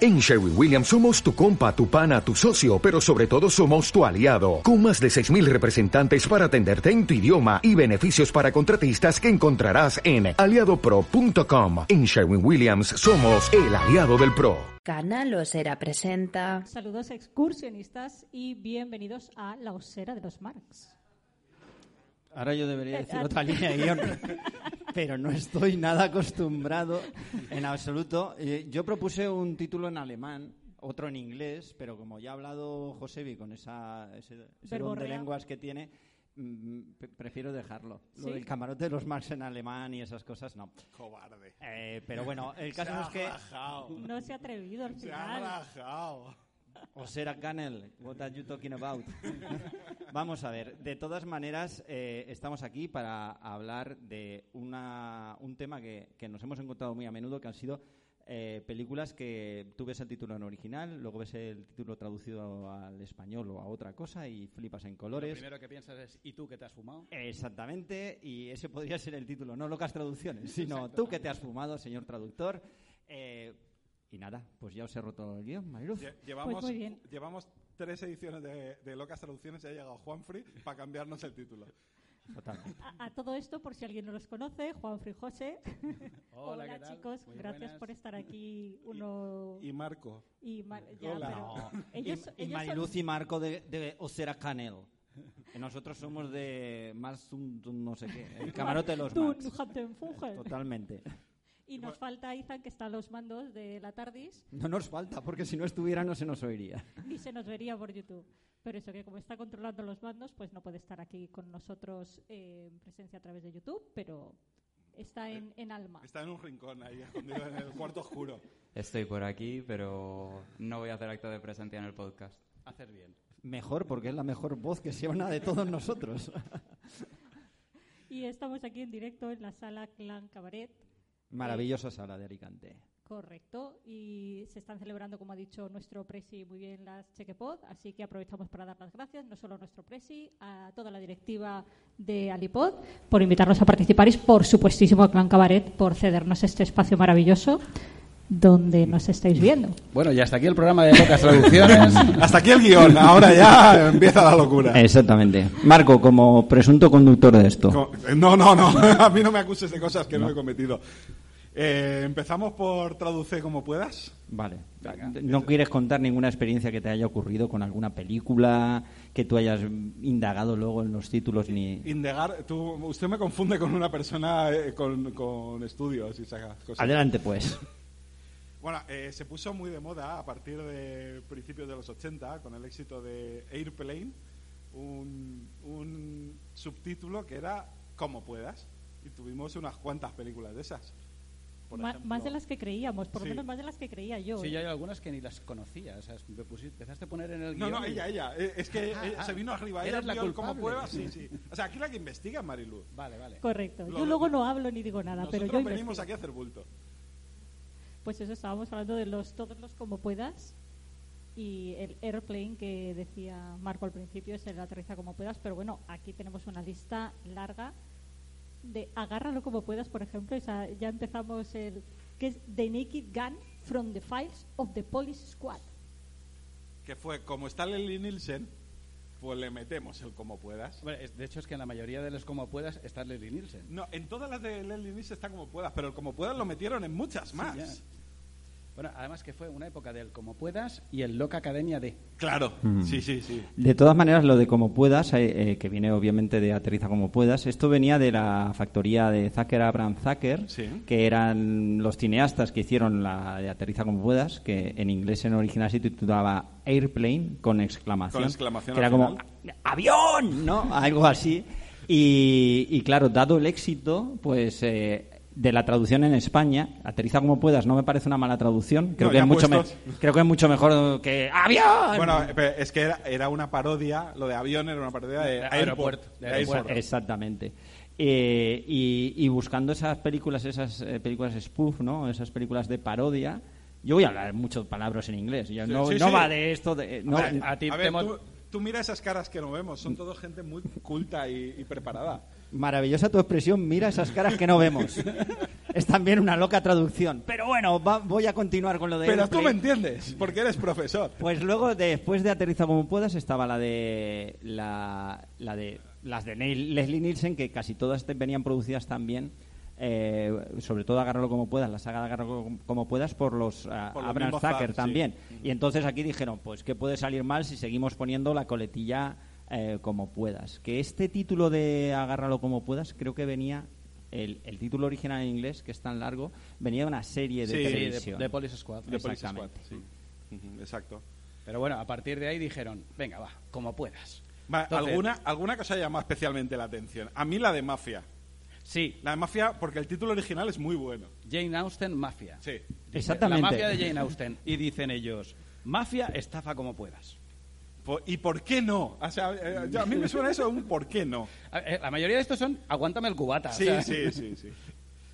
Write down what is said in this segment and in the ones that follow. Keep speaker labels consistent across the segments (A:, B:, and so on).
A: En Sherwin Williams somos tu compa, tu pana, tu socio, pero sobre todo somos tu aliado, con más de 6.000 representantes para atenderte en tu idioma y beneficios para contratistas que encontrarás en aliadopro.com. En Sherwin Williams somos el aliado del PRO.
B: Canal Osera presenta.
C: Saludos excursionistas y bienvenidos a la osera de los Marx.
D: Ahora yo
C: Eh,
D: debería
C: ah.
D: decir otra línea de guión, pero no estoy nada acostumbrado en absoluto. Eh, Yo propuse un título en alemán, otro en inglés, pero como ya ha hablado Josebi con esa, ese, ese don de
C: Verborrea.
D: lenguas que tiene, mm, pre- prefiero dejarlo. Lo
C: Sí.
D: del camarote de los Marx en alemán y esas cosas, no.
E: Cobarde.
D: Eh, pero bueno, el caso
E: se
D: es
E: ha
D: que...
E: Rajado.
C: No se ha atrevido al
E: Se ha
C: final.
E: rajado.
D: Osera Canel, what are you talking about? Vamos a ver, de todas maneras, eh, estamos aquí para hablar de una- un tema que, que nos hemos encontrado muy a menudo, que han sido eh, películas que tú ves el título en original, luego ves el título traducido al español o a otra cosa y flipas en
F: Lo
D: colores.
F: primero que piensas es, ¿y tú que te has fumado?
D: Exactamente, y ese podría ser el título, no locas traducciones, sino tú que te has fumado, señor traductor. Eh, y nada, pues ya os he roto el guión, Mariluz.
E: Lle- Llevamos,
C: Pues muy bien.
E: llevamos tres ediciones de, de Locas Traducciones y ha llegado Juanfrey para cambiarnos el título.
D: Totalmente.
C: A, a todo esto, por si alguien no los conoce, Juan Frijose.
F: ¿qué tal?
C: chicos,
F: Muy
C: gracias
F: buenas.
C: por estar aquí. Uno
E: Y Marco.
C: y, Mar- ya,
E: Hola.
C: pero ellos,
D: y, y
C: ellos
D: Mariluz y Marco de, de Osera Canel. Que nosotros somos de más un, un no sé qué. El camarote de los
C: son
D: Max.
C: Thun, Hattenfugen.
D: Totalmente.
C: Y nos falta Izan, que está a los mandos de la Tardis,
D: No nos falta, porque si no estuviera no se nos oiría.
C: y se nos vería por YouTube. Pero eso que como está controlando los mandos, pues no puede estar aquí con nosotros eh, en presencia a través de YouTube, pero está en, en alma.
E: Está en un rincón ahí, escondido en el cuarto oscuro.
G: Estoy por aquí, pero no voy a hacer acto de presencia en el podcast.
F: Haces bien.
D: Mejor, porque es la mejor voz que se una de todos nosotros.
C: Y estamos aquí en directo en la sala Clan Cabaret,
D: Maravillosa sala de Alicante.
C: correcto, y se están celebrando, como ha dicho nuestro presi muy bien, las Chequepod, así que aprovechamos para dar las gracias, no solo a nuestro presi, a toda la directiva de Alipod, por invitarnos a participar y, por supuestísimo, a Clan Cabaret por cedernos este espacio maravilloso donde nos estáis viendo.
F: Bueno, y hasta aquí el programa de Locas Traducciones.
E: Hasta aquí el guión, ahora ya empieza la locura.
D: Exactamente. Marco, como presunto conductor de esto.
E: Co- No, no, no. A mí no me acuses de cosas que no, he cometido. Eh, Empezamos por traduce como puedas.
D: Vale. ¿No quieres contar ninguna experiencia que te haya ocurrido con alguna película que tú hayas indagado luego en los títulos ni
E: Indegar, tú, usted me confunde con una persona eh, con, con estudios y esas cosas.
D: Adelante, pues.
E: Bueno, eh, se puso muy de moda a partir de principios de los 80 con el éxito de Airplane, un, un subtítulo que era Como puedas. Y tuvimos unas cuantas películas de esas. Por
C: Ma-
E: ejemplo,
C: más de las que creíamos, por lo
E: Sí.
C: menos más de las que creía yo.
F: Sí,
C: ¿eh?
F: yo hay algunas que ni las conocía. O sea, es- me pusi- empezaste a poner en el
E: No,
F: guión
E: no,
F: y-
E: ella, ella. Eh, Es que
F: Ah,
E: ella
F: ah.
E: se vino arriba. Ella
F: Eras la
E: vio el Como
F: culpable.
E: puedas, sí, sí. O sea, aquí la que investiga es Marilu.
F: Vale, vale.
C: Correcto.
E: Lo-
C: yo luego no hablo ni digo nada,
E: Nosotros
C: pero yo
E: venimos
C: investigo.
E: aquí a hacer bulto.
C: Pues eso, estábamos hablando de los todos los como puedas y el airplane que decía Marco al principio es el aterriza como puedas, pero bueno, aquí tenemos una lista larga de agárralo como puedas, por ejemplo, o sea, ya empezamos el que es The Naked Gun from the Files of the Police Squad.
E: Que fue como está Leslie Nielsen, pues le metemos el Como puedas.
F: Hombre, es- de hecho, es que en la mayoría de los como puedas está Leslie Nielsen.
E: No, en todas las de Leslie Nielsen está Como puedas, pero el Como puedas lo metieron en muchas más.
F: ya. Bueno, además que fue una época del como puedas y el loca academia de.
E: Claro, sí, sí, sí.
D: De todas maneras, lo de como puedas, eh, eh, que viene obviamente de aterriza como puedas, esto venía de la factoría de Zucker Abraham Zucker,
E: Sí.
D: que eran los cineastas que hicieron la de aterriza como puedas, que en inglés en original se titulaba Airplane con exclamación.
E: Con exclamación
D: que era
E: al
D: como avión, ¿no? Algo así. Y, y claro, dado el éxito, pues eh, de la traducción en España, aterriza como puedas, no me parece una mala traducción. Creo
E: No,
D: que
E: ya
D: es mucho me-
E: puestos.
D: creo que es mucho mejor que avión.
E: Bueno, eh, pero es que era, era una parodia, lo de avión era una parodia de,
F: De
E: aeropuerto.
F: aeropuerto, de aeropuerto.
E: airport.
D: Exactamente. Eh, y, y buscando esas películas, esas eh, películas spoof, ¿no? Esas películas de parodia. Yo voy a hablar muchos palabras en inglés. Yo
E: Sí,
D: no
E: sí,
D: no
E: sí.
D: va de esto. De, eh, no,
F: Hombre, a ti
E: A
F: te
E: ver,
F: mo-
E: tú, tú mira esas caras que no vemos, son todo gente muy culta y, y preparada.
D: Maravillosa tu expresión. Mira esas caras que no vemos. es también una loca traducción. Pero bueno, va- voy a continuar con lo de.
E: Pero tú
D: Airplane.
E: me entiendes, porque eres profesor.
D: Pues luego, después de Aterriza como puedas, estaba la de. La, la de las de Neil- Leslie Nielsen, que casi todas te- venían producidas también. eh, sobre todo agárralo como puedas, la saga de agárralo como- como puedas por los ah,
E: Por los
D: Abraham
E: mismos
D: Zucker
E: fans, sí.
D: también. Y entonces aquí dijeron, pues qué puede salir mal si seguimos poniendo la coletilla eh, como puedas. Que este título de agárralo como puedas creo que venía el, el título original en inglés que es tan largo venía de una serie de
E: Sí, de-
F: Sí,
D: televisión.
F: de, de Police Squad.
E: De Police Squad,
D: Exactamente.
E: sí. Ujú, Exacto.
F: Pero bueno, a partir de ahí dijeron, venga, va, como puedas.
E: Va,
F: Entonces-
E: ¿alguna, alguna que os haya llamado especialmente la atención. A mí la de Mafia.
F: Sí,
E: La de Mafia, porque el título original es muy bueno.
F: Jane Austen, Mafia.
E: Sí.
F: Dice,
D: Exactamente.
F: La mafia de Jane Austen. Y dicen ellos, mafia, estafa como puedas.
E: Po- ¿Y por qué no? O sea, eh, yo- a mí me suena eso a un por qué no.
F: A- eh, La mayoría de estos son, aguántame el cubata. o
E: Sí,
F: sea,
E: sí, sí, sí.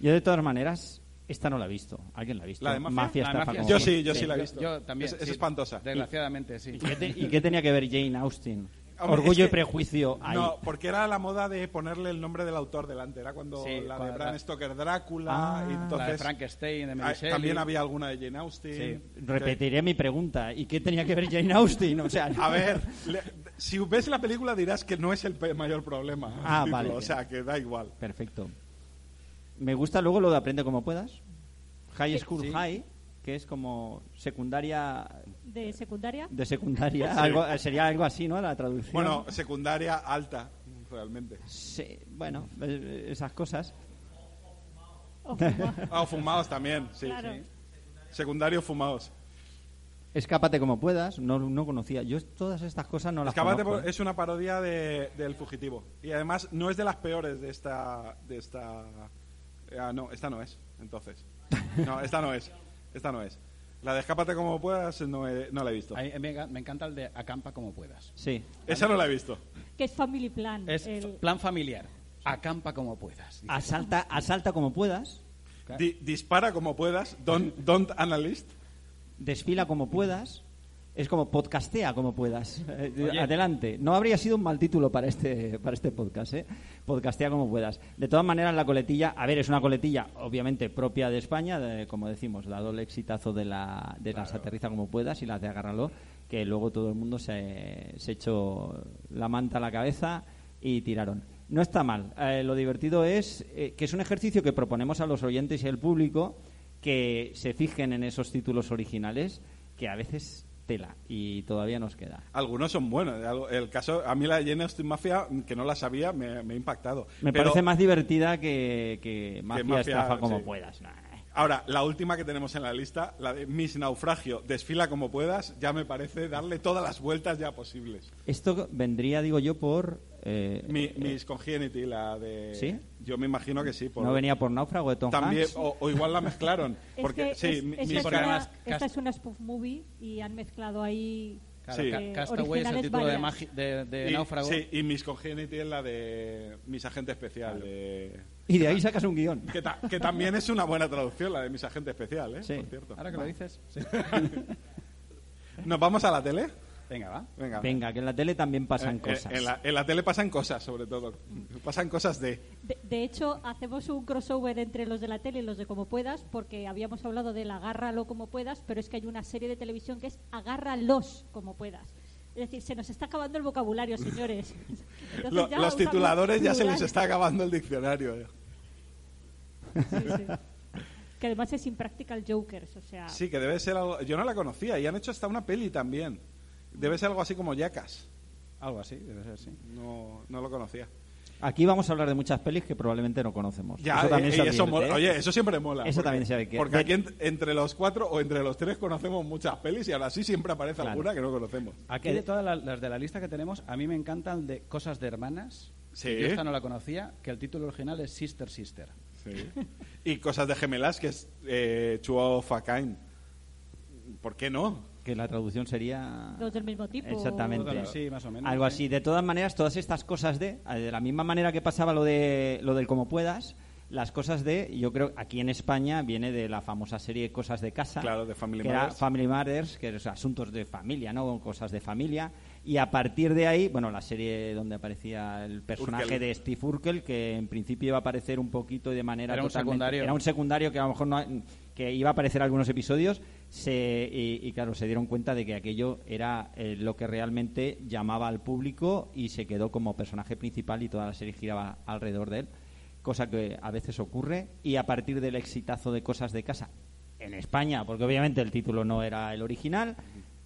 D: Yo de todas maneras, esta no la he visto. ¿Alguien la ha visto?
E: ¿La de Mafia?
F: La
D: estafa
F: mafia.
D: como
E: Yo
D: pueda.
E: sí, yo sí la he visto.
F: Yo también.
E: Es- es
F: sí.
E: espantosa.
F: Desgraciadamente, sí.
D: ¿Y qué, te- y qué tenía que ver Jane Austen?
E: Hombre,
D: Orgullo
E: es que-
D: y prejuicio ahí.
E: No, porque era la moda de ponerle el nombre del autor delante. Era cuando
F: Sí,
E: la de
F: cuando-
E: Bram
F: la-
E: Stoker Drácula.
D: Ah,
E: y entonces,
F: la de Frankenstein, de Mary
E: Ah,
F: Shelley.
E: También había alguna de Jane Austen.
D: Sí. Repetiré mi pregunta. ¿Y qué tenía que ver Jane Austen? O sea,
E: A ver, le- si ves la película dirás que no es el pe- mayor problema. el
D: Ah,
E: título,
D: vale,
E: O
D: bien.
E: sea, que da igual.
D: Perfecto. Me gusta luego lo de Aprende como puedas. High School High, que es como secundaria
C: De secundaria,
D: de secundaria. Algo, sería algo así, ¿no? La traducción.
E: Bueno, secundaria alta, realmente.
D: Sí, bueno eh, esas cosas.
C: ojo,
E: Ah, o fumados también, sí.
C: claro.
E: sí. Secundario fumados.
D: Escápate como puedas. No, no conocía. Yo todas estas cosas no las
E: Escápate
D: conozco. ¿eh?
E: por- es una parodia de, del fugitivo. Y además no es de las peores de esta. De esta ah, no, esta no es, entonces. No, esta no es. Esta no es. La de Escápate como puedas no, he- no la he visto.
F: A mí me, enga- me encanta el de acampa como puedas.
D: Sí.
E: Esa no la he visto.
C: Que es Family Plan.
F: Es
C: el-
F: f- plan familiar. Acampa como puedas.
E: Ah,
D: Asalta, asalta como puedas,
E: Di- dispara como puedas. Don't, don't analyst.
D: desfila como puedas, es como podcastea como puedas. Eh,
F: Oye.
D: Adelante. No habría sido un mal título para este, para este podcast, ¿eh? Podcastea como puedas. De todas maneras, la coletilla, a ver, es una coletilla obviamente propia de España, de- como decimos, dado el exitazo de, la, de las aterriza como puedas y las de agárralo, que luego todo el mundo se, se echó la manta a la cabeza y tiraron. No está mal. Eh, lo divertido es eh, que es un ejercicio que proponemos a los oyentes y al público que se fijen en esos títulos originales que a veces tela y todavía nos queda.
E: Algunos son buenos. Algo- El caso, a mí la de Jane Austen Mafia, que no la sabía, me, me ha impactado.
D: Me
E: Pero-
D: parece más divertida que, que mafia,
E: mafia,
D: estafa como
E: sí.
D: puedas. Nah.
E: Ahora, la última que tenemos en la lista, la de Miss Naufragio, desfila como puedas, ya me parece darle todas las vueltas ya posibles.
D: Esto vendría, digo yo, por... eh,
E: Mi-
D: eh,
E: Miss Congeniality, la de...
D: ¿sí?
E: Yo me imagino que sí. por-
D: no venía por náufrago de Tom
E: También,
D: Hanks.
E: o, o igual la mezclaron.
C: Es
E: Porque,
C: que
E: sí,
C: es-
E: mi-
C: esta,
E: Miss
C: es
F: porque
C: una,
E: Congeniality-
F: además
C: esta
F: Cast-
C: es una spoof movie y han mezclado ahí.
F: Claro,
E: Sí.
F: Ca-
C: eh,
F: Castaway es el
C: originales
F: título de,
C: varias.
F: magi- de, de
E: y,
F: náufrago.
E: Sí, y Miss Congeniality es la de Miss Agente Especial. de-
D: Y de ahí sacas un guión.
E: que, ta- que también es una buena traducción, la de Miss Agente Especial, ¿eh?
D: Sí.
E: Por cierto.
F: Ahora que lo dices. sí.
E: ¿Nos vamos a la tele?
F: Venga, va.
E: Venga.
D: Venga, que en la tele también pasan
E: Eh, eh,
D: cosas.
E: En la, en la tele pasan cosas, sobre todo. Pasan cosas de...
C: De, de hecho, hacemos un crossover entre los de la tele y los de Como Puedas, porque habíamos hablado del agárralo como puedas, pero es que hay una serie de televisión que es agárralos como puedas. Es decir, se nos está acabando el vocabulario, señores. Entonces
E: Lo-
C: ya
E: los
C: usamos
E: tituladores ya se les
C: plural.
E: está acabando el diccionario.
C: Sí, sí. Que además es Impractical Jokers, o sea,
E: Sí, que debe ser algo. Yo no la conocía y han hecho hasta una peli también. Debe ser algo así como Yacas.
F: Algo así, debe ser, sí.
E: No, no lo conocía.
D: Aquí vamos a hablar de muchas pelis que probablemente no conocemos.
E: Ya,
D: eso también
E: eh,
D: se
E: y eso
D: advierte,
E: mola.
D: ¿eh?
E: Oye, eso siempre mola.
D: Eso
E: porque-
D: también se advierte.
E: Porque aquí en- entre los cuatro o entre los tres conocemos muchas pelis y ahora sí siempre aparece
D: Claro.
E: alguna que no conocemos.
F: Aquí de todas la- las de la lista que tenemos, a mí me encantan de Cosas de Hermanas.
E: Sí.
F: Yo esta no la conocía, que el título original es Sister Sister.
E: Y cosas de gemelas que es eh, Chuo Facain. ¿Por qué no?
D: Que la traducción sería...
C: dos del mismo tipo.
D: Exactamente.
F: Algo así, más o menos,
D: Algo
F: sí.
D: así. De todas maneras, todas estas cosas de, de la misma manera que pasaba lo de lo del como puedas, las cosas de, yo creo, aquí en España viene de la famosa serie Cosas de Casa.
E: Claro, de Family
D: que era
E: Matters.
D: Family Matters, que es asuntos de familia, ¿no? Con cosas de familia. Y a partir de ahí, bueno, la serie donde aparecía el personaje
E: Urkel.
D: de Steve Urkel, que en principio iba a aparecer un poquito de manera
F: Era un
D: totalmente-
F: secundario.
D: Era un secundario que a lo mejor no, que iba a aparecer algunos episodios se, y, y claro, se dieron cuenta de que aquello era eh, lo que realmente llamaba al público y se quedó como personaje principal y toda la serie giraba alrededor de él, cosa que a veces ocurre y a partir del exitazo de Cosas de Casa en España, porque obviamente el título no era el original,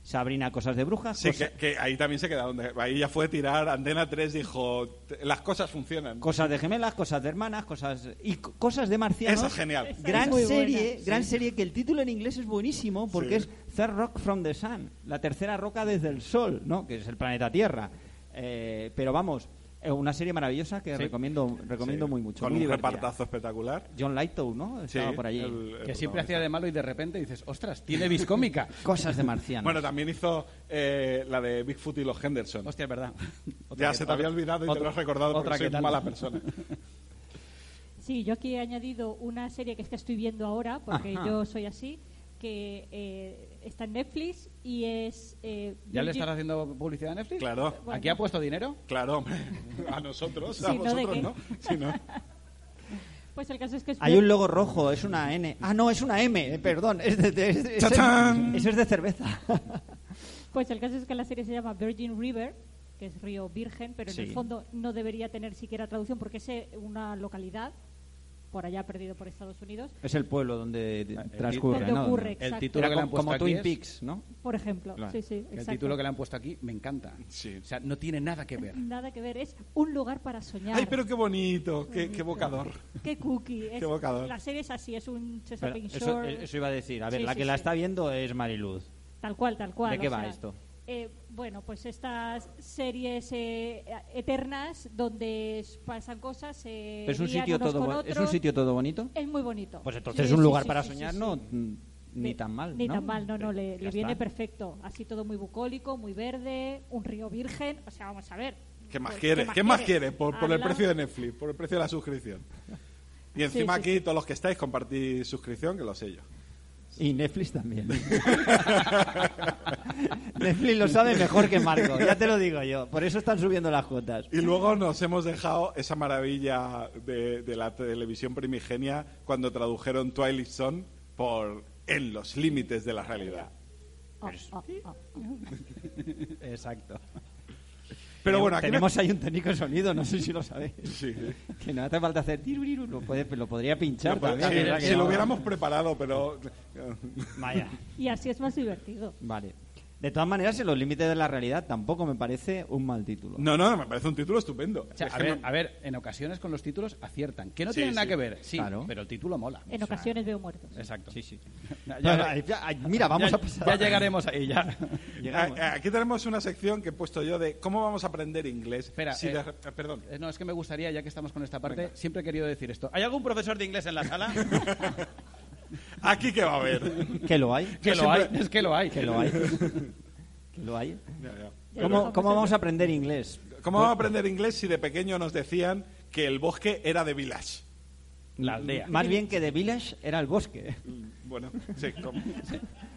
D: Sabrina Cosas de Brujas, pues
E: Sí,
D: cosa-
E: que, que ahí también se quedaron. de- Ahí ya fue tirar Antena 3, dijo, "T- las cosas funcionan.
D: Cosas de gemelas, cosas de hermanas, cosas y co- cosas de marcianos.
E: Esa es genial. Esa
D: Gran
C: es muy
D: serie,
C: buena,
D: gran serie que el título en inglés es buenísimo porque
E: Sí.
D: es Third Rock from the Sun, la tercera roca desde el sol, ¿no? Que es el planeta Tierra. Eh, pero vamos, es una serie maravillosa que recomiendo recomiendo
E: Sí,
D: muy mucho,
E: Con
D: muy
E: un
D: divertida.
E: repartazo espectacular.
D: John Lightow, ¿no? Estaba
E: Sí,
D: por allí.
E: el- el
F: Que siempre
E: protagonista.
F: hacía de malo y de repente dices, ostras, tiene vis cómica.
D: Cosas de marcianos.
E: Bueno, también hizo eh, la de Bigfoot y los Henderson.
F: Hostia, es verdad.
E: ya se te había olvidado y te lo has recordado
F: otra
E: porque
F: que
E: soy
F: tal.
E: mala persona.
C: Sí, yo aquí he añadido una serie que es que estoy viendo ahora, porque
D: Ajá.
C: yo soy así, que eh, está en Netflix y es... eh,
F: ¿Ya le
C: Virgin-
F: estás haciendo publicidad a Netflix?
E: Claro,
C: Bueno.
F: ¿Aquí ha puesto dinero?
E: claro, hombre. A nosotros, a
C: Sí, ¿no? ¿De
E: vosotros,
C: qué?
E: ¿no? Sí, ¿no?
C: Pues el caso es que es
D: Hay un logo rojo, es una N. Ah, no, es una M, eh, perdón. Es de, de- es de-
E: ¡Chachán!
D: eso es de cerveza.
C: Pues el caso es que la serie se llama Virgin River, que es río virgen, pero en
D: Sí.
C: el fondo no debería tener siquiera traducción porque es eh, una localidad por allá perdido por Estados Unidos,
D: es el pueblo donde de- transcurre,
C: Donde
D: ¿no?
C: ocurre,
D: Era
C: Exacto.
F: El título que le han
D: como,
F: puesto
D: como
F: aquí
D: Twin
F: es-
D: Peaks, ¿no?
C: por ejemplo.
D: Claro.
C: Sí, sí,
F: El
C: exacto.
F: título que le han puesto aquí me encanta.
E: Sí.
F: O sea, no tiene nada que ver.
C: Nada que ver, es un lugar para soñar.
E: Ay, pero qué bonito, qué, qué evocador.
C: Qué cookie. es-
E: Qué bocadón.
C: la serie es así, es un
D: Pero
C: Chesapeake
D: eso,
C: Shore.
D: eso iba a decir. A ver,
C: Sí,
D: la
C: sí,
D: que la
C: sí. Eh,
D: está viendo es Mariluz.
C: Tal cual, tal cual.
D: ¿De qué
C: o
D: va
C: sea,
D: esto?
C: eh, bueno, pues estas series eh, eternas donde s- pasan cosas. se
D: Pero ¿Es un
C: lían
D: sitio
C: unos
D: todo
C: con
D: bo- es un
C: otros.
D: sitio todo bonito?
C: Es muy bonito.
D: Pues entonces
C: Eh, Sí,
D: es un
C: sí,
D: lugar
C: sí,
D: para
C: sí,
D: soñar
C: sí,
D: no
C: sí.
D: mm, ni tan mal,
C: Ni
D: ¿no?
C: tan mal, no, no, le,
D: Ya
C: le viene
D: está.
C: perfecto. Así todo muy bucólico, muy verde, un río virgen. O sea, vamos a ver.
E: ¿Qué más
C: Pues,
E: quieres? ¿Qué más
C: quieres?
E: quieres? Por, por
C: Al
E: el
C: lado-
E: precio de Netflix, por el precio de la suscripción. Y encima
C: sí,
E: aquí,
C: sí.
E: todos los que estáis, compartid suscripción, que lo sé yo.
D: Y Netflix también. Netflix lo sabe mejor que Marco, ya te lo digo yo. Por eso están subiendo las cuotas.
E: Y luego nos hemos dejado esa maravilla de, de la televisión primigenia cuando tradujeron Twilight Zone por En los límites de la realidad.
C: Ah, ah, ah.
F: Exacto.
E: Pero bueno, aquí
D: Tenemos ahí un técnico de sonido, no sé si lo sabéis.
E: Sí.
D: Que no hace falta hacer... tiriru, Lo, puede- lo podría
E: no-
D: pinchar
E: no puede-
D: también.
E: pues, sí,
D: ¿verdad que
E: si
D: no?
E: lo hubiéramos preparado, pero
D: Vaya.
C: Y así es más divertido.
D: Vale. De todas maneras, en los límites de la realidad tampoco me parece un mal título.
E: no, no, me parece un título estupendo.
F: O sea,
E: Es
F: a,
E: que
F: ver,
E: no-
F: a ver, en ocasiones con los títulos aciertan. Que no
E: Sí,
F: tienen nada
E: sí.
F: que ver, sí,
D: Claro.
F: pero el título mola.
C: En ocasiones veo muertos.
F: Exacto.
D: Sí, sí.
F: Ya-
D: Pero, ya- ya- mira, vamos
F: ya-
D: a pasar.
F: Ya llegaremos ahí, ya.
D: Llegamos.
E: A- a- Aquí tenemos una sección que he puesto yo de cómo vamos a aprender inglés.
F: Espera,
E: Si
F: eh,
E: de re- eh, perdón.
F: Eh, No, es que me gustaría, ya que estamos con esta parte, siempre he querido decir esto. ¿Hay algún profesor de inglés en la sala?
E: Aquí que va a haber.
D: Que lo hay.
F: que lo hay, es que lo hay.
D: Que lo hay. Que lo hay.
E: Ya, ya.
D: ¿Cómo, cómo vamos a aprender inglés?
E: ¿Cómo vamos a aprender inglés si de pequeño nos decían que el bosque era de Village?
F: La aldea.
D: Más bien que The Village era el bosque.
E: Bueno, sí, como-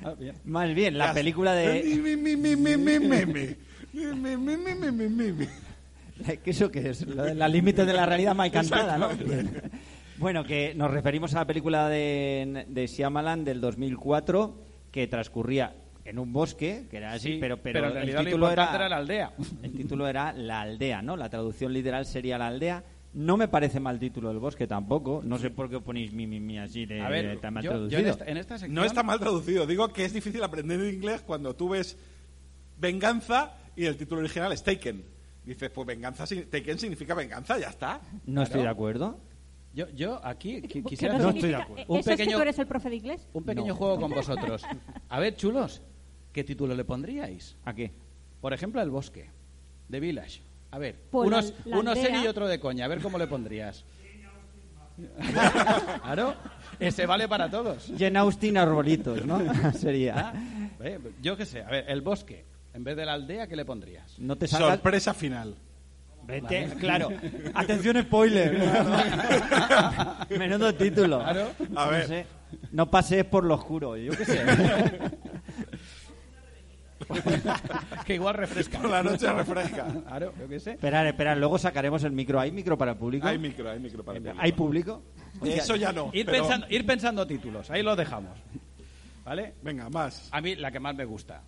F: Ah, bien.
D: Más bien, la
E: Las-
D: película de...
E: Mi, mi, mi, mi, mi, mi, mi. Mi, mi, mi, mi, mi, mi, mi, mi.
D: ¿Qué eso que es? Lo de La límite de la realidad mal cantada, ¿no? Bueno, que nos referimos a la película de, de Shyamalan del 2004 que transcurría en un bosque, que era así,
F: Sí,
D: pero, pero,
F: en realidad
D: el
F: lo
D: título
F: importante era... la aldea.
D: El título era La aldea, ¿no? La traducción literal sería La aldea. No me parece mal título del bosque tampoco. No sé por qué ponéis mi, mi, mi así de,
F: A ver,
D: tan Eh, mal
F: yo, yo
D: traducido.
F: en, esta, en esta sección...
E: No está mal traducido. Digo que es difícil aprender inglés cuando tú ves venganza y el título original es Taken. Dices, pues venganza, si- Taken significa venganza, ya está.
D: No estoy de acuerdo.
F: Yo, yo aquí qui-
C: Que
F: quisiera
C: no
F: hacer un-
C: significa-
D: acuerdo.
C: ¿Eso
F: Un
C: es que
F: pequeño-
C: tú eres el profe de inglés?
F: un pequeño
D: No.
F: juego con vosotros. A ver, chulos, ¿qué título le pondríais?
D: ¿A qué?
F: Por ejemplo, El Bosque, de Village. A ver,
C: Por
F: uno,
C: Pues la- la
F: uno
C: aldea.
F: serio y otro de coña. A ver cómo le pondrías. claro, ese vale para todos.
D: Jane Austen Arbolitos, ¿no?
F: Ah,
D: sería.
F: eh, yo qué sé, a ver, El Bosque, en vez de la aldea, ¿qué le pondrías?
D: No te salgas.
E: Sorpresa final.
D: Vete, claro. Atención, spoiler. Menudo título.
F: Claro.
E: A
D: no
E: ver.
D: sé. No pases por lo oscuro, yo qué sé.
F: que igual refresca.
E: Por la noche refresca.
F: Claro, yo qué sé.
D: esperar, esperar. Luego sacaremos el micro. ¿Hay micro para el público?
E: Hay micro, hay micro para el público.
D: ¿Hay público?
E: Eso ya no.
F: Ir,
E: pero-
F: pensando, ir pensando títulos, ahí los dejamos. ¿Vale?
E: Venga, más.
F: A mí la que más me gusta,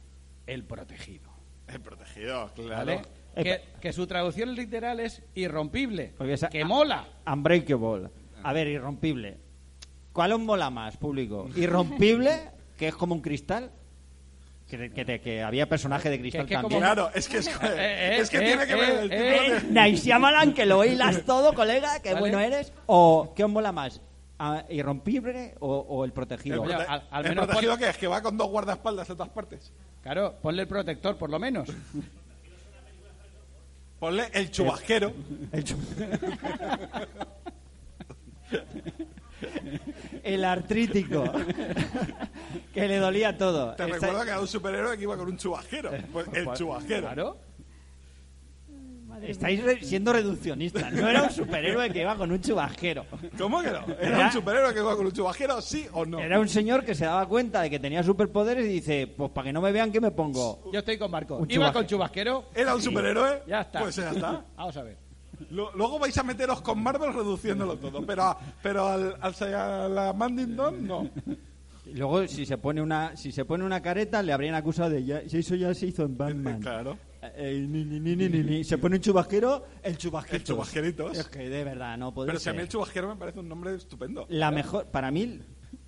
F: El Protegido.
E: El protegido, claro.
F: ¿Vale? Que, que su traducción literal es irrompible.
D: Eh, Porque esa- Ah,
F: que mola.
D: Unbreakable. A ver, irrompible. ¿Cuál os mola más, público? ¿Irrompible, que es como un cristal? Que, que te- que había personaje de cristal
F: Que- que
D: también.
E: Claro, es que, es,
F: eh,
E: es que
F: eh,
E: tiene que ver
F: eh,
E: el
F: eh.
E: título de-
D: Nice Shyamalan, que lo hilas todo, colega, que
F: ¿Vale?
D: bueno eres. ¿O qué os mola más? ¿A- ¿Irrompible o, o el
E: El,
D: protegido?
E: prote-
F: Oye, eh, al- al
E: el
F: menos
E: protegido que es que va con dos guardaespaldas a todas partes.
F: Claro, ponle el protector por lo menos.
E: Ponle el chubasquero.
D: El, chu- El artrítico. que le dolía todo.
E: Te
D: Esta-
E: recuerdo que era un superhéroe que iba con un chubasquero. Pues el
F: Pues,
E: chubasquero.
F: Claro.
C: Madre mía.
D: Estáis re- siendo reduccionistas. No era un superhéroe que iba con un chubasquero.
E: ¿Cómo que no? ¿Era,
D: Era-
E: un superhéroe que iba con un chubasquero? ¿Sí o no?
D: Era un señor que se daba cuenta de que tenía superpoderes y dice, pues para que no me vean, que me pongo?
F: Yo estoy con Marco.
D: Un
F: Iba
D: chubasque-
F: con chubasquero.
E: ¿Era un superhéroe?
F: Ya está.
E: Pues ya está.
F: Vamos a ver.
E: Lo- Luego vais a meteros con Marvel reduciéndolo todo, pero, a- pero al, al Mandington no.
D: Y luego, si se pone una, si se pone una careta, le habrían acusado de, ya, eso ya se hizo en Batman.
E: Claro.
D: Eh, ni, ni, ni, ni, ni, ni. Se pone un chubasquero, el chubasquero.
E: El chubasqueritos.
D: Es que de verdad, no puede
E: Pero si a
D: ser.
E: mí el chubasquero me parece un nombre estupendo.
D: La mejor, para mí,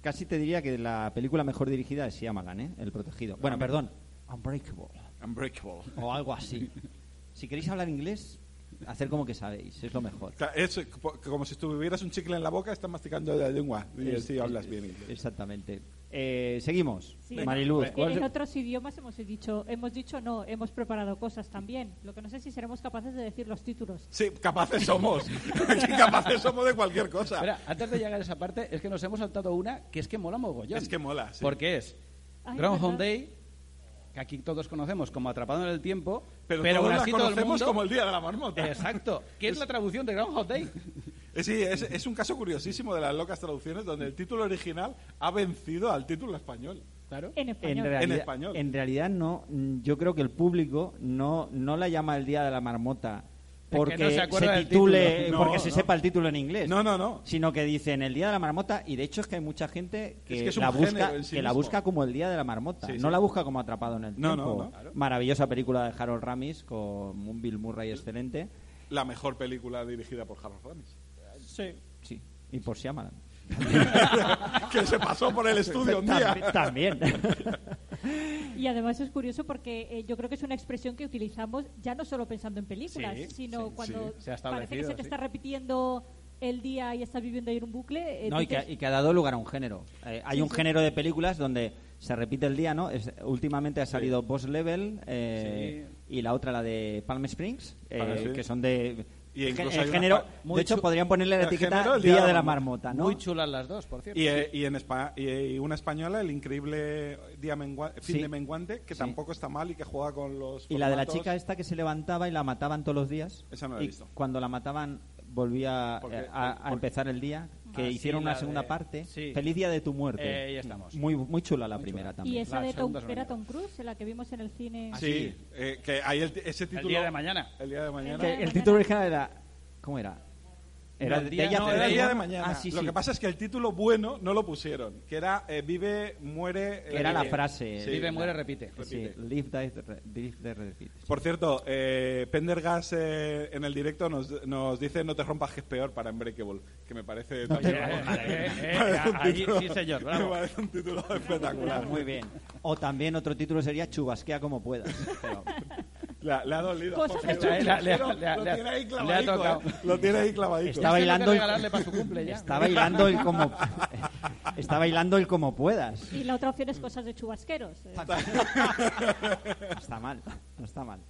D: casi te diría que la película mejor dirigida es Shyamalan, ¿eh? El Protegido.
E: Ah,
D: Bueno, perdón, Unbreakable.
E: Unbreakable.
D: o algo así. Si queréis hablar inglés, hacer como que sabéis, es lo mejor.
E: Es co- como si tuvieras un chicle en la boca, estás masticando la lengua. Y
D: Es-
E: si hablas bien inglés.
D: Exactamente. Eh, seguimos.
C: Sí.
D: Mariluz,
C: Que
D: ¿cuál-
C: en otros idiomas hemos dicho, hemos dicho no, hemos preparado cosas también. Lo que no sé si seremos capaces de decir los títulos.
E: Sí, capaces somos. Que capaces somos de cualquier cosa.
F: Espera, antes de llegar a esa parte, es que nos hemos saltado una que es que mola mogollón.
E: Es que mola, sí.
F: Porque es
C: Ay,
F: Groundhog
C: ¿verdad?
F: Day, que aquí todos conocemos como Atrapado en el Tiempo,
E: pero,
F: pero
E: todos
F: aún
E: la
F: así todo el
E: conocemos
F: mundo...
E: como el día de la marmota.
F: Exacto. ¿Qué es la traducción de Groundhog Day?
E: Eh, Sí, es, es un caso curiosísimo de las locas traducciones donde el título original ha vencido al título español.
F: Claro.
C: En
D: en
C: español.
D: realidad,
E: español.
D: en realidad no, mm, yo creo que el público no, no la llama el Día de la Marmota
F: que
D: porque
F: no se acuerda del
D: titule,
E: título.
D: porque
E: No,
D: se
E: no.
D: sepa el título en inglés.
E: No, no, no.
D: Sino que dicen el Día de la Marmota y de hecho es que hay mucha gente que,
E: Es que es un
D: la, busca,
E: género en sí
D: que la
E: mismo.
D: busca como el Día de la Marmota,
E: Sí,
D: no
E: sí.
D: la busca como atrapado en el
E: No, no,
D: tiempo.
E: no, claro.
D: Maravillosa película de Harold Ramis con un Bill Murray excelente.
E: La mejor película dirigida por Harold Ramis.
D: Sí. Sí. Y por Shyamalan.
E: que se pasó por el estudio un
D: También.
E: día.
D: también.
C: Y además es curioso porque eh, yo creo que es una expresión que utilizamos ya no solo pensando en películas,
F: Sí,
C: sino
E: sí,
C: cuando
F: sí. Se
C: parece que
F: ha establecido,
C: se te
F: sí.
C: está repitiendo el día y estás viviendo ahí en un bucle. eh,
D: No, y que,
C: dices,
D: y que ha dado lugar a un género. Eh, hay
C: Sí,
D: un
C: sí.
D: género de películas donde se repite el día, ¿no? Es- últimamente ha salido Boss Level eh, y la otra, la de Palm Springs, eh,
E: Palm Springs.
D: que son de...
E: Ah, Y
D: el
E: incluso hay una
D: género,
E: pa-
D: de
F: muy
D: hecho,
F: chu-
D: podrían ponerle la
E: el género,
D: etiqueta
E: el
D: Día de la Marmota, ¿no?
F: Muy chulas las dos, por cierto.
E: Y, eh, y en Espa- y, eh, y una española, el increíble Día Mengua- Fin
D: Sí.
E: de Menguante, que
D: Sí.
E: tampoco está mal y que juega con los.
D: y la de la
E: formatos.
D: chica esta que se levantaba y la mataban todos los días.
E: Esa no la he
D: y
E: visto.
D: cuando la mataban volvía eh,
E: Porque-
D: a, a
E: porque-
D: empezar el día, que
F: Ah, sí,
D: hicieron una
F: la
D: segunda
F: de-
D: parte.
F: sí.
D: Feliz día de tu muerte.
F: Eh, ahí estamos.
D: Muy, muy chula la primera
F: chula.
D: también.
C: Y esa de
F: La
C: Tom,
F: segunda es una
C: era
F: mierda.
C: Tom Cruise, la que vimos en el cine.
D: Ah,
E: Sí, eh, que hay el- ese título.
F: El día de mañana.
E: El día de mañana.
D: Que
C: de
D: el
C: mañana.
D: título original era. ¿Cómo era? Era
F: No,
D: de
F: día-
D: ella
F: no,
E: Era
D: hace-
E: el día de mañana.
D: Ah, sí,
E: Lo
D: sí.
E: que pasa es que el título bueno no lo pusieron, que era eh, vive, muere.
D: Que era la
E: eh,
D: frase.
E: Sí,
F: Vive,
E: la-
F: muere, repite.
D: Sí,
E: repite.
D: live, die, re- live, die, repeat.
E: Por cierto, eh, Pendergast eh, en el directo nos, nos dice no te rompas que es peor para Unbreakable, que me parece... también-
F: Eh, eh, eh,
E: parece un
F: ahí
E: título-
F: sí, señor,
E: Me
F: bravo.
E: parece un título espectacular.
D: Muy bien. O también otro título sería Chubasquea como puedas. pero-
E: La- le ha dolido.
C: Cosa
E: Jorge,
C: que-
E: le-
F: Le ha- le ha-
E: lo-
F: le ha-
E: lo
F: le ha-
E: tiene ahí
F: le ha
E: clavadico,
F: tocado.
E: eh. Lo tiene ahí clavadico.
D: Está bailando
F: Lo
D: el-
F: que regalarle para su cumple ya.
D: Está bailando el como. Está bailando el como puedas.
C: Y la otra opción es cosas de chubasqueros. eh.
D: No está mal. No está mal.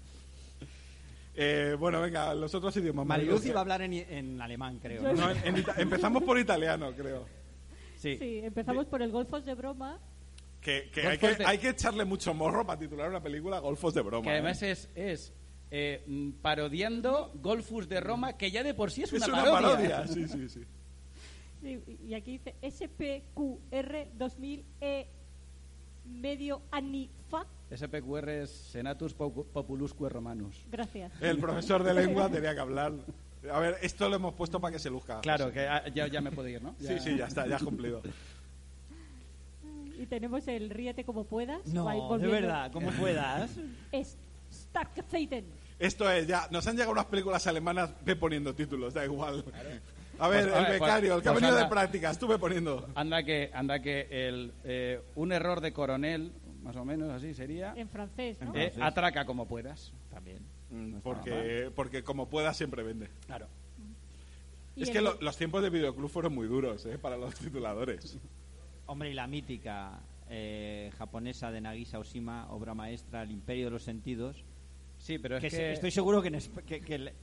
E: Eh, bueno, venga, los otros idiomas.
D: Mariluz
E: Mariluz,
D: iba a hablar en, en alemán, creo.
C: Yo-
D: ¿no?
E: No, en- en ita- empezamos por italiano, creo.
D: Sí.
C: Sí, empezamos por el golfos de broma.
E: Que, que hay, que
F: Golfos de-
E: hay que echarle mucho morro para titular una película Golfos de broma.
F: Que
E: ¿eh?
F: además es, es eh, mm, parodiando Golfus de Roma, que ya de por sí es una,
E: es una parodia. Sí, sí, sí.
C: Sí, Y y aquí dice SPQR 2000 E medio anifa.
F: SPQR es Senatus Popu- Populusque Romanus.
C: Gracias.
E: El profesor de lengua tenía que hablar. A ver, esto lo hemos puesto para que se luzca.
F: Claro, que ah, ya, ya me puedo ir, ¿no?
E: Sí, sí, ya está, ya has cumplido.
C: Y tenemos el ríete como puedas. Va a ir
H: No, de
C: volviendo.
H: verdad, como puedas.
C: Es Stark Zeiten.
E: Esto es, ya, nos han llegado unas películas alemanas ve poniendo títulos, da igual. A ver,
F: Pues, a
E: el
F: ver,
E: becario,
F: pues-
E: el que ha
F: pues
E: venido de
F: anda.
E: prácticas, tú ve poniendo.
F: Anda que, anda que el, eh, un error de coronel, más o menos así sería,
C: En francés, ¿no?
F: eh, atraca como puedas.
H: También.
E: Porque, porque como pueda siempre vende.
F: Claro.
C: Y
E: es
C: el-
E: que lo- los tiempos de videoclub fueron muy duros ¿eh? para los tituladores.
D: Hombre, y la mítica eh, japonesa de Nagisa Oshima, obra maestra, El Imperio de los Sentidos,
F: Sí, pero es
D: que
F: que...
D: se- estoy seguro que, en esp- que, que le-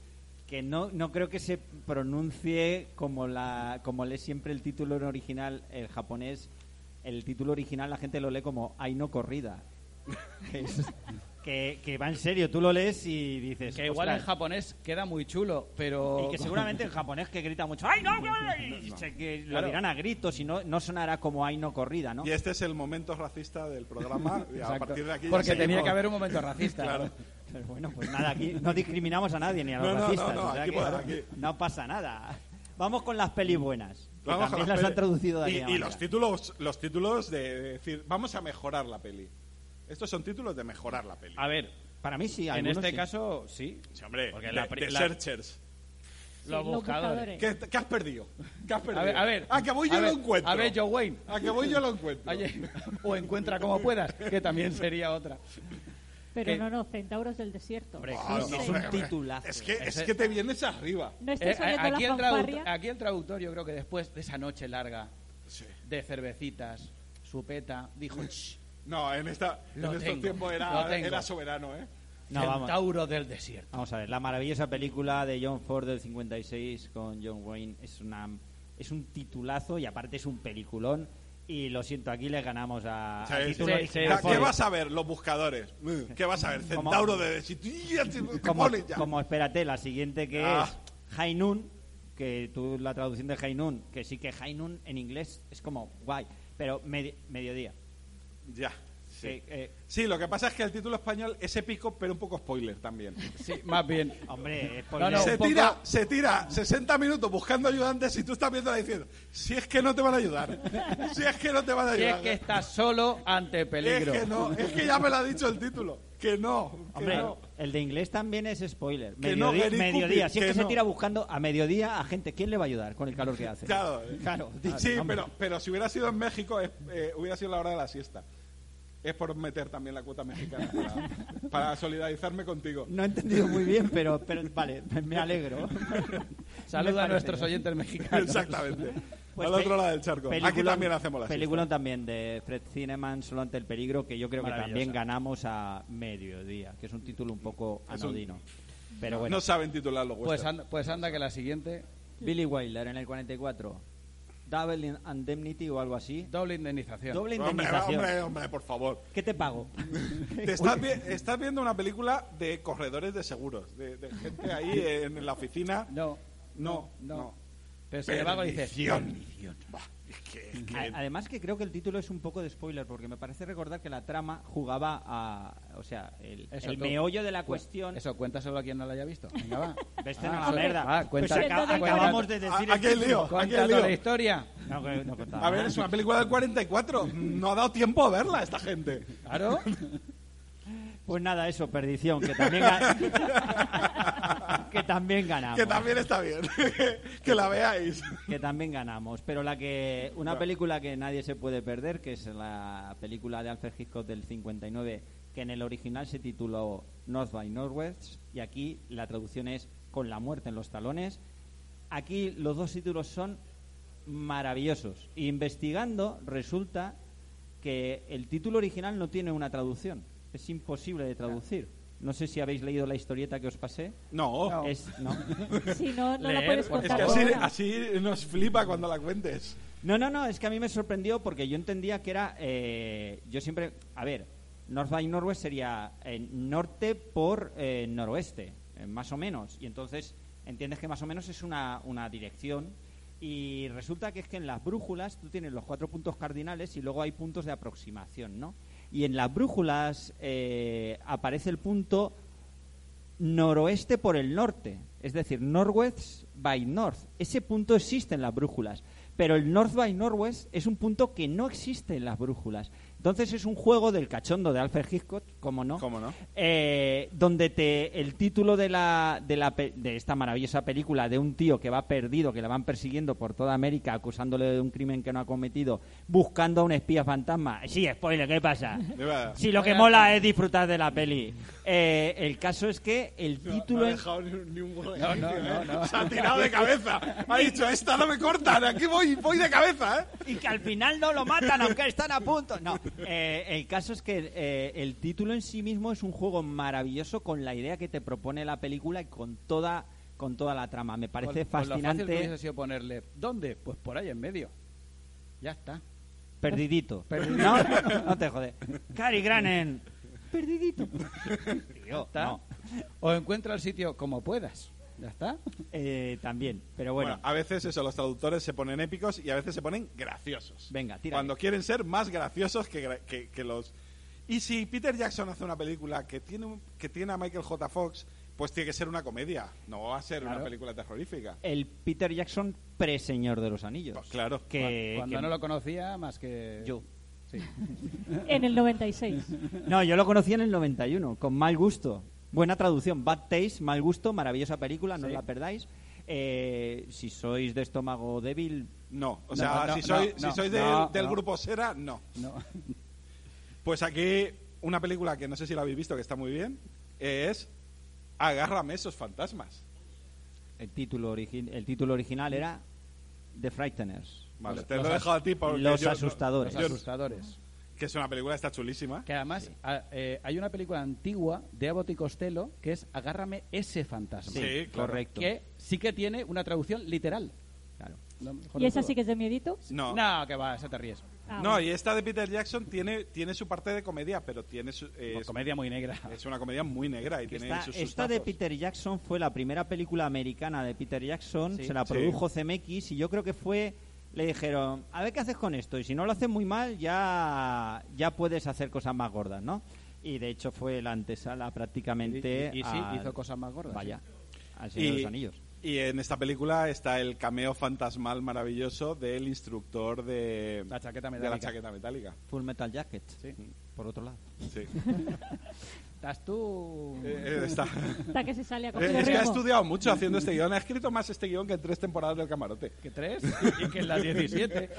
D: que no, no creo que se pronuncie como la como lee siempre el título en original el japonés el título original la gente lo lee como hay no corrida que, es- que, que va en serio tú lo lees y dices
F: que igual en
D: "Ostras".
F: japonés queda muy chulo, pero...
D: y que seguramente en japonés que grita mucho ¡Ay, no! corrida", y se- que
F: Claro.
D: Lo dirán a gritos y no, no sonará como ¡Ay, no corrida! ¿no?
E: Y este es el momento racista del programa. y a
F: Exacto.
E: partir de aquí ya
F: Porque tenía
E: seguimos.
F: que haber un momento racista.
E: Claro.
D: Pero bueno, pues nada, aquí no discriminamos a nadie ni a los
E: No, no, no,
D: racistas.
E: no,
D: o sea
E: aquí
D: que
E: por aquí.
D: No pasa nada. Vamos con las pelis buenas. Que
E: Vamos a
D: también las
E: las peli-
D: han traducido de
E: y,
D: aquella
E: y
D: manera.
E: los títulos, los títulos de decir, vamos a mejorar la peli. Estos son títulos de mejorar la peli.
F: A ver,
D: Para mí sí,
F: en
D: algunos
F: este
D: sí.
F: caso, sí.
E: Sí, hombre,
F: Porque
E: de,
F: la pri-
E: de
F: la-
E: Searchers.
F: los buscadores.
E: ¿Qué, qué has perdido? ¿Qué has perdido?
F: A ver, a ver.
E: A que voy yo
F: a
E: lo
F: ver,
E: encuentro.
F: A ver, Joe Wayne.
E: A que voy yo lo encuentro.
F: Oye, o encuentra como puedas, que también sería otra.
C: Pero
F: que-
C: no, no, Centauros del Desierto.
F: Hombre,
E: Ah, no,
F: claro.
D: es
E: hombre,
D: un
E: hombre.
D: titulazo.
E: Es que, es
F: Ese-
E: que te vienes arriba.
C: ¿No
F: Eh,
C: estáis oyendo
F: aquí,
C: la
F: el
C: fanfarria?
F: traductor, aquí el traductor, yo creo que después de esa noche larga de cervecitas, supeta, dijo, "Shh,
E: No, en, esta, en
F: Lo
E: estos
F: tengo,
E: tiempos
F: lo
E: era,
F: tengo.
E: era soberano, ¿eh?
D: No, vamos.
F: centauro del desierto.
D: Vamos a ver, la maravillosa película de John Ford del 56 con John Wayne es una es un titulazo y aparte es un peliculón y lo siento, aquí le ganamos
F: Ah,
D: a,
E: Sí,
D: al
E: sí,
D: título
F: sí,
E: O
D: original.
E: sea, ¿Qué
D: Ford.
E: vas a ver? Los buscadores. ¿Qué vas a ver?
D: Como-
E: Centauro de... si- ¡Ya te- te
D: como,
E: pones ya!
D: como espérate, la siguiente que
E: Ah.
D: es Hainun, que tú la traducción de Hainun, que sí que Hainun en inglés es como guay, pero medi- mediodía.
E: Ya. Sí.
D: Que, eh,
E: Sí, lo que pasa es que el título español es épico, pero un poco spoiler también.
F: Sí, más bien.
D: hombre, es
F: No,
D: spoiler.
E: se
F: un poco-
E: tira, se tira 60 minutos buscando ayudantes y tú estás viendo diciendo, si es que no te van a ayudar, si es que no te van a
F: Si es
E: ayudar.
F: que estás solo ante peligro.
E: Es que no, es que ya me lo ha dicho el título, que no, que
D: Hombre,
E: no.
D: el de inglés también es spoiler.
E: Que no,
D: Mediodía,
E: Gary
D: mediodía.
E: Cooper,
D: Si es
E: que
D: que
E: no.
D: se tira buscando a mediodía a gente, ¿quién le va a ayudar con el calor que hace?
E: Claro,
D: Claro,
E: sí,
D: hombre.
E: pero, pero si hubiera sido en México, es- eh, hubiera sido la hora de la siesta. Es por meter también la cuota mexicana para, para solidarizarme contigo.
D: No he entendido muy bien, pero, pero vale, me- me alegro. Me
F: Saluda
D: parece
F: a nuestros
D: bien.
F: oyentes mexicanos.
E: Exactamente.
D: Pues
E: Al
D: pe-
E: otro lado del charco. Aquí
D: peliculón-
E: también hacemos la siesta.
D: Peliculón también de Fred Cineman, Solo ante el peligro, que yo creo que
F: Maravillosa.
D: también ganamos a Mediodía, que es un título un poco
E: Es un-
D: anodino. Pero bueno,
E: No saben titular los
F: Pues
E: westerns.
F: anda, pues anda que la siguiente,
D: Billy Wilder en el 44, Double in- Indemnity o algo así.
F: doble indemnización.
D: Doble
E: Hombre,
D: indemnización.
E: hombre, hombre, por favor.
D: ¿Qué te pago?
E: Te estás, vi- estás viendo una película de corredores de seguros, de, de gente ahí en la oficina.
F: No,
E: No,
F: no.
E: no.
F: Pero se le va algo y dice,
E: Perdición. Buah, es que- es que-
D: A- Además que creo que el título es un poco de spoiler porque me parece recordar que la trama jugaba a, o sea, el,
F: Eso,
D: el
F: tú.
D: meollo de la
F: Cu-
D: cuestión.
F: Eso, cuenta solo a quien no la haya visto. Venga, va.
D: Vete a
F: Ah,
D: la
F: eso-
D: mierda.
F: va, cuenta,
D: Pues aca-
C: Cuenta-
D: acabamos de decir
E: Ah,
D: el
E: aquí hay
D: título.
E: lío. lío.
F: cuenta toda la historia.
D: No, que- no contaba
E: A ver,
D: nada.
E: es una película del 44. No ha dado tiempo a verla esta gente.
F: Claro.
D: Pues nada, eso, perdición, que también, ga- que también ganamos.
E: Que también está bien. que la veáis.
D: Que también ganamos. Pero la que una película que nadie se puede perder, que es la película de Alfred Hitchcock del 59, que en el original se tituló North by Northwest, y aquí la traducción es Con la muerte en los talones. Aquí los dos títulos son maravillosos. Y investigando resulta que el título original no tiene una traducción. Es imposible de traducir. No sé si habéis leído la historieta que os pasé.
E: No.
D: Es, no.
C: Si no, no la
F: Leer,
C: puedes
F: por
E: Es que
C: contar.
F: favor.
E: así,
C: ahora.
E: así nos flipa cuando la cuentes.
D: No, no, no, es que a mí me sorprendió porque yo entendía que era. eh, yo siempre. A ver, North by Northwest sería eh, norte por eh, noroeste, eh, más o menos. Y entonces entiendes que más o menos es una, una dirección. Y resulta que es que en las brújulas tú tienes los cuatro puntos cardinales y luego hay puntos de aproximación, ¿no? Y en las brújulas eh, aparece el punto noroeste por el norte, es decir, northwest by north. Ese punto existe en las brújulas, pero el north by northwest es un punto que no existe en las brújulas. Entonces es un juego del cachondo de Alfred Hitchcock, como no,
E: ¿Cómo no?
D: eh, donde te, el título de, la, de, la pe- de esta maravillosa película de un tío que va perdido, que le van persiguiendo por toda América, acusándole de un crimen que no ha cometido, buscando a un espía fantasma. Sí, spoiler, ¿qué pasa?
E: De verdad.
D: Si lo que mola es disfrutar de la peli. Eh, el caso es que el título...
E: No ha
D: en-
E: dejado ni, un- ni un huevo.
F: No, no, no, no.
E: ¿eh? Se ha tirado de cabeza. Ha dicho, esta no me cortan, aquí voy, voy de cabeza, ¿eh?
D: y que al final no lo matan, aunque están a punto. No, eh, el caso es que eh, el título en sí mismo es un juego maravilloso con la idea que te propone la película y con toda, con toda la trama. Me parece
F: Con- con lo fácil que hubiese
D: fascinante.
F: sido ponerle. ¿Dónde? Pues por ahí en medio. Ya está.
D: Perdidito.
F: Perdidito.
D: No, no te jode. Cary Granen. Perdidito. Tío,
F: ¿Está?
D: no.
F: O encuentra el sitio como puedas. Ya está.
D: Eh, también, pero
E: Bueno,
D: bueno.
E: a veces eso, los traductores se ponen épicos y a veces se ponen graciosos.
D: Venga, tira.
E: Cuando quieren ser más graciosos que, gra- que- que los... Y si Peter Jackson hace una película que tiene, un- que tiene a Michael J. Fox, pues tiene que ser una comedia, no va a ser
F: Claro.
E: una película terrorífica.
D: El Peter Jackson pre-señor de los anillos.
E: Pues claro.
D: Que,
F: Cuando
D: Eh, que-
F: no lo conocía más que.
D: yo.
F: Sí.
C: En el 96.
D: No, yo lo conocí en el 91, con Mal Gusto. Buena traducción, Bad Taste, Mal Gusto, maravillosa película, no
F: Sí.
D: la perdáis. Eh, si sois de estómago débil,
E: No, o
F: No,
E: sea,
F: no,
E: si
F: no,
E: soy,
F: no,
E: si soy del,
F: no,
E: del
F: no.
E: grupo Sera, no.
F: No.
E: Pues aquí una película que no sé si la habéis visto, que está muy bien, es Agárrame esos fantasmas.
D: el título, origi- el título original era The Frighteners.
E: Vale,
F: Los-
E: te lo
F: los
E: he dejado a ti porque
D: los
E: yo no-
D: asustadores.
F: Los
E: yo-
F: asustadores.
E: que es una película, está chulísima.
F: Que además a- eh, hay una película antigua de Abbott y Costello que es Agárrame ese fantasma.
E: Sí, claro.
D: correcto.
F: Que sí que tiene una traducción literal.
D: Claro.
F: No, mejor
C: ¿Y
F: no
C: esa
F: puedo.
C: sí que es de miedito?
E: No.
F: No, que va, esa te ríes.
C: Ah,
E: No,
C: bueno.
E: y esta de Peter Jackson tiene, tiene su parte de comedia, pero tiene su- eh,
F: Una
E: es,
F: Pues comedia muy negra.
E: es una comedia muy negra y
D: Que
E: tiene
D: Esta,
E: sus
D: esta de
E: sustazos.
D: Peter Jackson fue la primera película americana de Peter Jackson,
F: Sí.
D: se la
E: Sí.
D: produjo CMX y yo creo que fue le dijeron, a ver qué haces con esto y si no lo haces muy mal ya ya puedes hacer cosas más gordas, ¿no? Y de hecho fue la antesala prácticamente
F: Y- y- y sí,
D: al-
F: hizo cosas más gordas,
D: Vaya.
F: sí.
D: Al Señor de
E: y,
D: los Anillos.
E: y en esta película está el cameo fantasmal maravilloso del instructor de
F: La chaqueta
E: de
F: metálica.
E: la chaqueta metálica.
D: Full Metal Jacket.
F: Sí.
D: Por otro lado.
E: Sí.
F: Estás tú.
E: Eh, eh, está.
C: Hasta que se sale a
E: Eh,
C: coger
E: es que ha
C: ritmo.
E: estudiado mucho haciendo este guión. Ha escrito más este guión que en tres temporadas del camarote.
F: Que tres. Y que en la 17.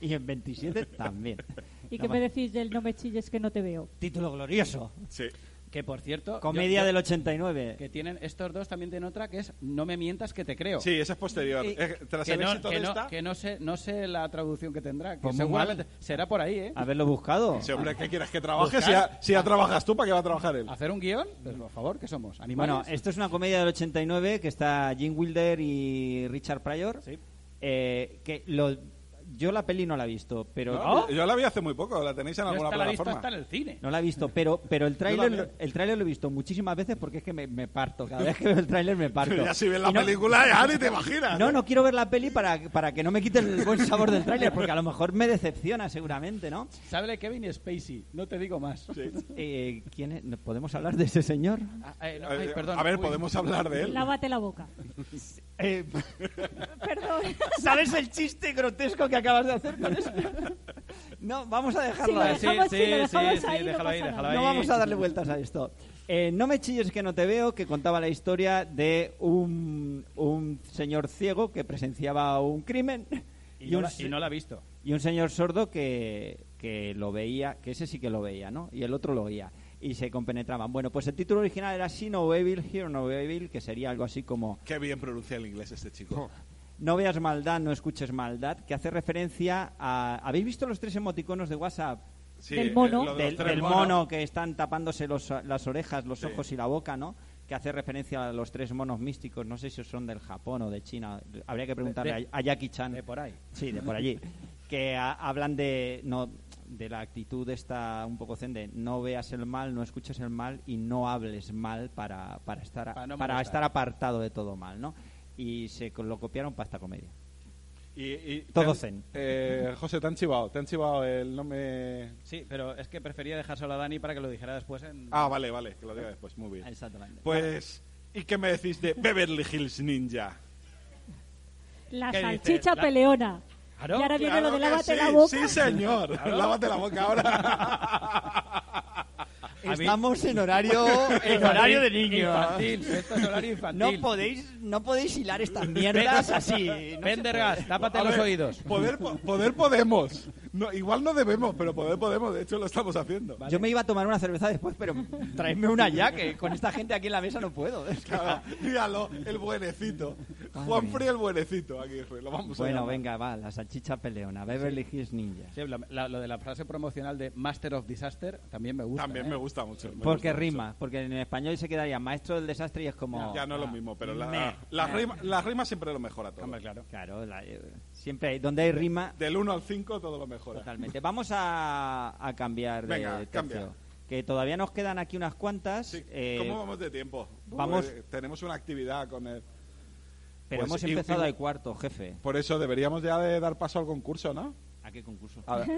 D: Y en 27 también.
C: ¿Y
D: No
C: qué
D: más.
C: me decís del no me chilles que no te veo?
D: Título glorioso.
E: Sí.
F: Que por cierto.
D: Comedia
F: yo- yo-
D: del 89.
F: Que tienen. Estos dos también tienen otra que es No me mientas que te creo.
E: Sí, esa es posterior.
F: Y-
E: Eh, tras
F: que
E: el
F: no,
E: éxito
F: que
E: de
F: no-
E: esta.
F: que no sé, no sé la traducción que tendrá. Que
D: Pues muy
F: seguramente será por ahí, ¿eh?
D: Haberlo buscado.
E: Sí, hombre, ¿qué quieres que trabaje? Si
F: Buscar-
E: ya, si ya trabajas tú, ¿para qué va a trabajar él?
F: ¿Hacer un guión? Pues, por favor, ¿qué somos? ¿Animales?
D: Bueno, esto es una comedia del 89 que está Jim Wilder y Richard Pryor.
F: Sí.
D: Eh, que lo, yo la peli no la he visto, pero
E: No, Yo la vi hace muy poco. La tenéis en
F: No
E: alguna
F: está la lista,
E: plataforma.
F: está en el cine.
D: no eh. la he visto, pero pero el
E: veo.
D: tráiler el tráiler lo he visto muchísimas veces porque es que me, me parto cada vez que veo el tráiler me parto.
E: Ya si ves la
D: Y no-
E: película, ya ni te imaginas.
D: No, no quiero ver la peli para, para que no me quite el buen sabor del tráiler porque a lo mejor me decepciona seguramente, ¿no?
F: Sábele Kevin Spacey, no te digo más.
D: Eh, ¿quién es? ¿Podemos hablar de ese señor?
F: Ah, eh, no,
E: A ver,
F: ay, perdón.
E: a ver,
F: Uy.
E: podemos hablar de él.
C: Lávate la boca.
D: Eh,
C: Perdón.
D: ¿Sabes el chiste grotesco que acabas de hacer con eso? No, vamos a dejarlo
C: Si lo
D: ahí.
C: dejamos,
F: sí,
C: si lo
F: sí,
C: dejamos
F: sí,
C: ahí, no
F: déjalo ahí,
C: pasa
F: déjalo
C: nada.
F: ahí.
D: No vamos a darle vueltas a esto. Eh, no me chilles que no te veo, que contaba la historia de un, un señor ciego que presenciaba un crimen
F: Y, no
D: un,
F: la,
D: se-
F: y no la ha visto.
D: y un señor sordo que, que lo veía, que ese sí que lo veía, ¿no? Y el otro lo oía. Y se compenetraban. Bueno, pues el título original era See No Evil, Hear No Evil, que sería algo así como
E: Qué bien pronuncia el inglés este chico.
D: No veas maldad, no escuches maldad, que hace referencia a... ¿Habéis visto los tres emoticonos de WhatsApp?
E: Sí,
C: Del mono.
E: eh, lo de los
D: del,
E: tres
D: del
E: monos.
D: mono que están tapándose los- las orejas, los
E: Sí.
D: ojos y la boca, ¿no? Que hace referencia a los tres monos místicos, no sé si son del Japón o de China. Habría que preguntarle
F: De-
D: a, a Jackie Chan.
F: de por ahí.
D: Sí, de por allí. que a- hablan de no
I: de la actitud esta un poco zen de no veas el mal, no escuches el mal y no hables mal para, para estar, a-
F: Para no
I: para
F: molestar.
I: estar apartado de todo mal, ¿no? Y se co- lo copiaron para esta comedia.
E: Y, y-
I: Todo
E: te han-
I: zen.
E: Eh, José, te han chivado, te han chivado el nombre...
F: Sí, pero es que prefería dejárselo a Dani para que lo dijera después en...
E: Ah, vale, vale, que lo diga después, muy bien.
I: Exactamente.
E: Pues, ¿y qué me decís de Beverly Hills Ninja?
C: La
F: ¿Qué dices?
C: salchicha
F: La-
C: peleona.
F: Claro,
C: y ahora viene lo de
E: Claro que
C: lávate
E: sí,
C: la boca.
E: Sí, señor, lávate la boca ahora.
I: Estamos en horario,
D: En horario de niño.
F: Infantil, esto es horario infantil.
D: No podéis, no podéis hilar estas mierdas así. No se
F: Pendergast, tápate
E: A
F: los
E: ver,
F: oídos.
E: Poder, po- poder podemos. No, igual no debemos, pero poder podemos. De hecho, lo estamos haciendo.
D: Yo me iba a tomar una cerveza después, pero traedme una ya, que con esta gente aquí en la mesa no puedo. Es que-
E: Claro, míralo, el buenecito. Juanfrey el buenecito. Aquí, lo vamos a
D: Bueno,
E: llamar.
D: venga, va, la salchicha peleona, Beverly Hills Ninja.
F: Sí, la- la- lo de la frase promocional de Master of Disaster también me gusta.
E: También
F: ¿eh?
E: me gusta mucho. me
D: Porque
E: gusta
D: rima, porque en español se quedaría maestro del desastre y es como... "Ah,
E: mucho. Ya no es lo mismo, pero la,
D: Meh.
E: la rima, la rima siempre lo mejora todo.
F: Hombre, claro.
D: Claro, la- eh, siempre hay, donde hay rima,
E: Del 1 al 5 todo lo mejora.
D: totalmente. Vamos a, a cambiar de
E: Venga,
D: tercio.
E: cambia.
D: Que todavía nos quedan aquí unas cuantas.
E: Sí,
D: eh,
E: ¿Cómo vamos de tiempo?
D: vamos-
E: Porque tenemos una actividad con él.
D: Pero
E: Pues
D: hemos
E: y-
D: empezado
E: y-
D: al cuarto, jefe.
E: Por eso deberíamos ya de dar paso al concurso, ¿no?
D: ¿A qué concurso?
E: A ver.